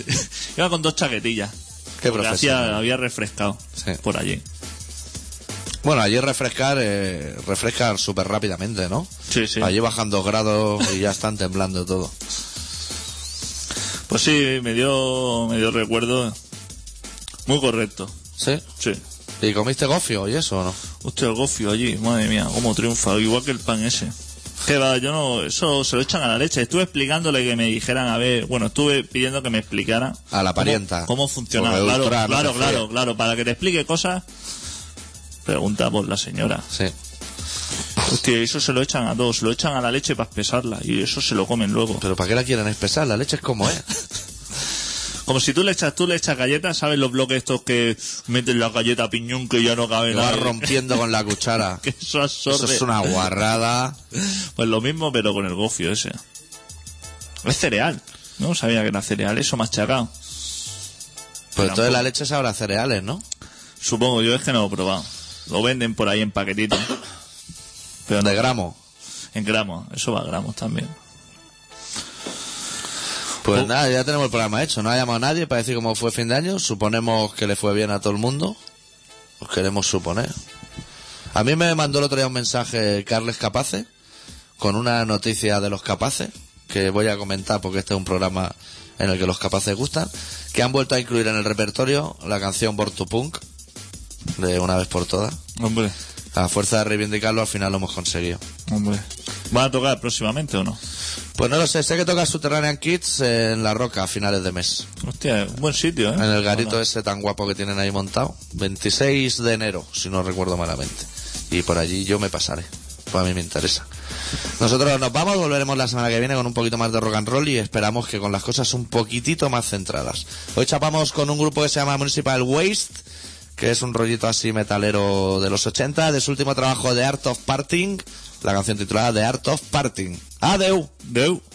[SPEAKER 2] Iba con dos chaquetillas.
[SPEAKER 1] Qué
[SPEAKER 2] Porque
[SPEAKER 1] profesional.
[SPEAKER 2] hacía- había refrescado
[SPEAKER 1] Sí.
[SPEAKER 2] por allí.
[SPEAKER 1] Bueno, allí refrescar, eh, refrescan súper rápidamente, ¿no?
[SPEAKER 2] Sí, sí.
[SPEAKER 1] Allí bajan dos grados y ya están temblando todo.
[SPEAKER 2] Pues sí, me dio, me dio recuerdo. Muy correcto.
[SPEAKER 1] ¿Sí?
[SPEAKER 2] Sí.
[SPEAKER 1] ¿Y comiste gofio y eso o no?
[SPEAKER 2] Hostia, el gofio allí, madre mía, cómo triunfa, igual que el pan ese. Que va, yo no, eso se lo echan a la leche. Estuve explicándole que me dijeran, a ver, bueno, estuve pidiendo que me explicara.
[SPEAKER 1] A la
[SPEAKER 2] cómo-
[SPEAKER 1] parienta.
[SPEAKER 2] Cómo, funcionaba.
[SPEAKER 1] Porque
[SPEAKER 2] Claro,
[SPEAKER 1] Ultra no
[SPEAKER 2] claro,
[SPEAKER 1] se fía.
[SPEAKER 2] claro, claro. Para que te explique cosas, pregunta por la señora.
[SPEAKER 1] Sí.
[SPEAKER 2] Hostia, eso se lo echan a todos, se lo echan a la leche para espesarla y eso se lo comen luego.
[SPEAKER 1] ¿Pero para qué la quieren espesar? La leche es como es.
[SPEAKER 2] Como si tú le echas, tú le echas galletas, ¿sabes los bloques estos que meten la galleta piñón que ya no cabe
[SPEAKER 1] Lo vas
[SPEAKER 2] nada?
[SPEAKER 1] rompiendo con la cuchara.
[SPEAKER 2] Que eso absorbe.
[SPEAKER 1] Eso es una guarrada.
[SPEAKER 2] Pues lo mismo, pero con el gofio ese. Es cereal. No sabía que era cereal, eso machacado.
[SPEAKER 1] Pues entonces la leche sabrá a cereales, ¿no?
[SPEAKER 2] Supongo yo, es que no lo he probado. Lo venden por ahí en paquetitos. Pero no,
[SPEAKER 1] De gramo.
[SPEAKER 2] en gramos. Eso va a gramos también.
[SPEAKER 1] Pues
[SPEAKER 2] Oh.
[SPEAKER 1] nada, ya tenemos el programa hecho. No ha llamado a nadie para decir cómo fue fin de año. Suponemos que le fue bien a todo el mundo. Os queremos suponer. A mí me mandó el otro día un mensaje Carles Capaces con una noticia de los capaces que voy a comentar porque este es un programa en el que los capaces gustan. Que han vuelto a incluir en el repertorio la canción Born to Punk de una vez por todas.
[SPEAKER 2] Hombre,
[SPEAKER 1] A fuerza de reivindicarlo al final lo hemos conseguido.
[SPEAKER 2] hombre. ¿Van a tocar próximamente o no?
[SPEAKER 1] Pues no lo sé, sé que toca Subterranean Kids en La Roca a finales de mes.
[SPEAKER 2] Hostia, un buen sitio, ¿eh?
[SPEAKER 1] En el garito ese tan guapo que tienen ahí montado. 26 de enero, si no recuerdo malamente. Y por allí yo me pasaré. Pues a mí me interesa. Nosotros nos vamos, volveremos la semana que viene con un poquito más de rock and roll y esperamos que con las cosas un poquitito más centradas. Hoy chapamos con un grupo que se llama Municipal Waste, que es un rollito así metalero de los 80, de su último trabajo de Art of Parting, la canción titulada The Art of Parting. ¡Adeu!
[SPEAKER 2] Deu.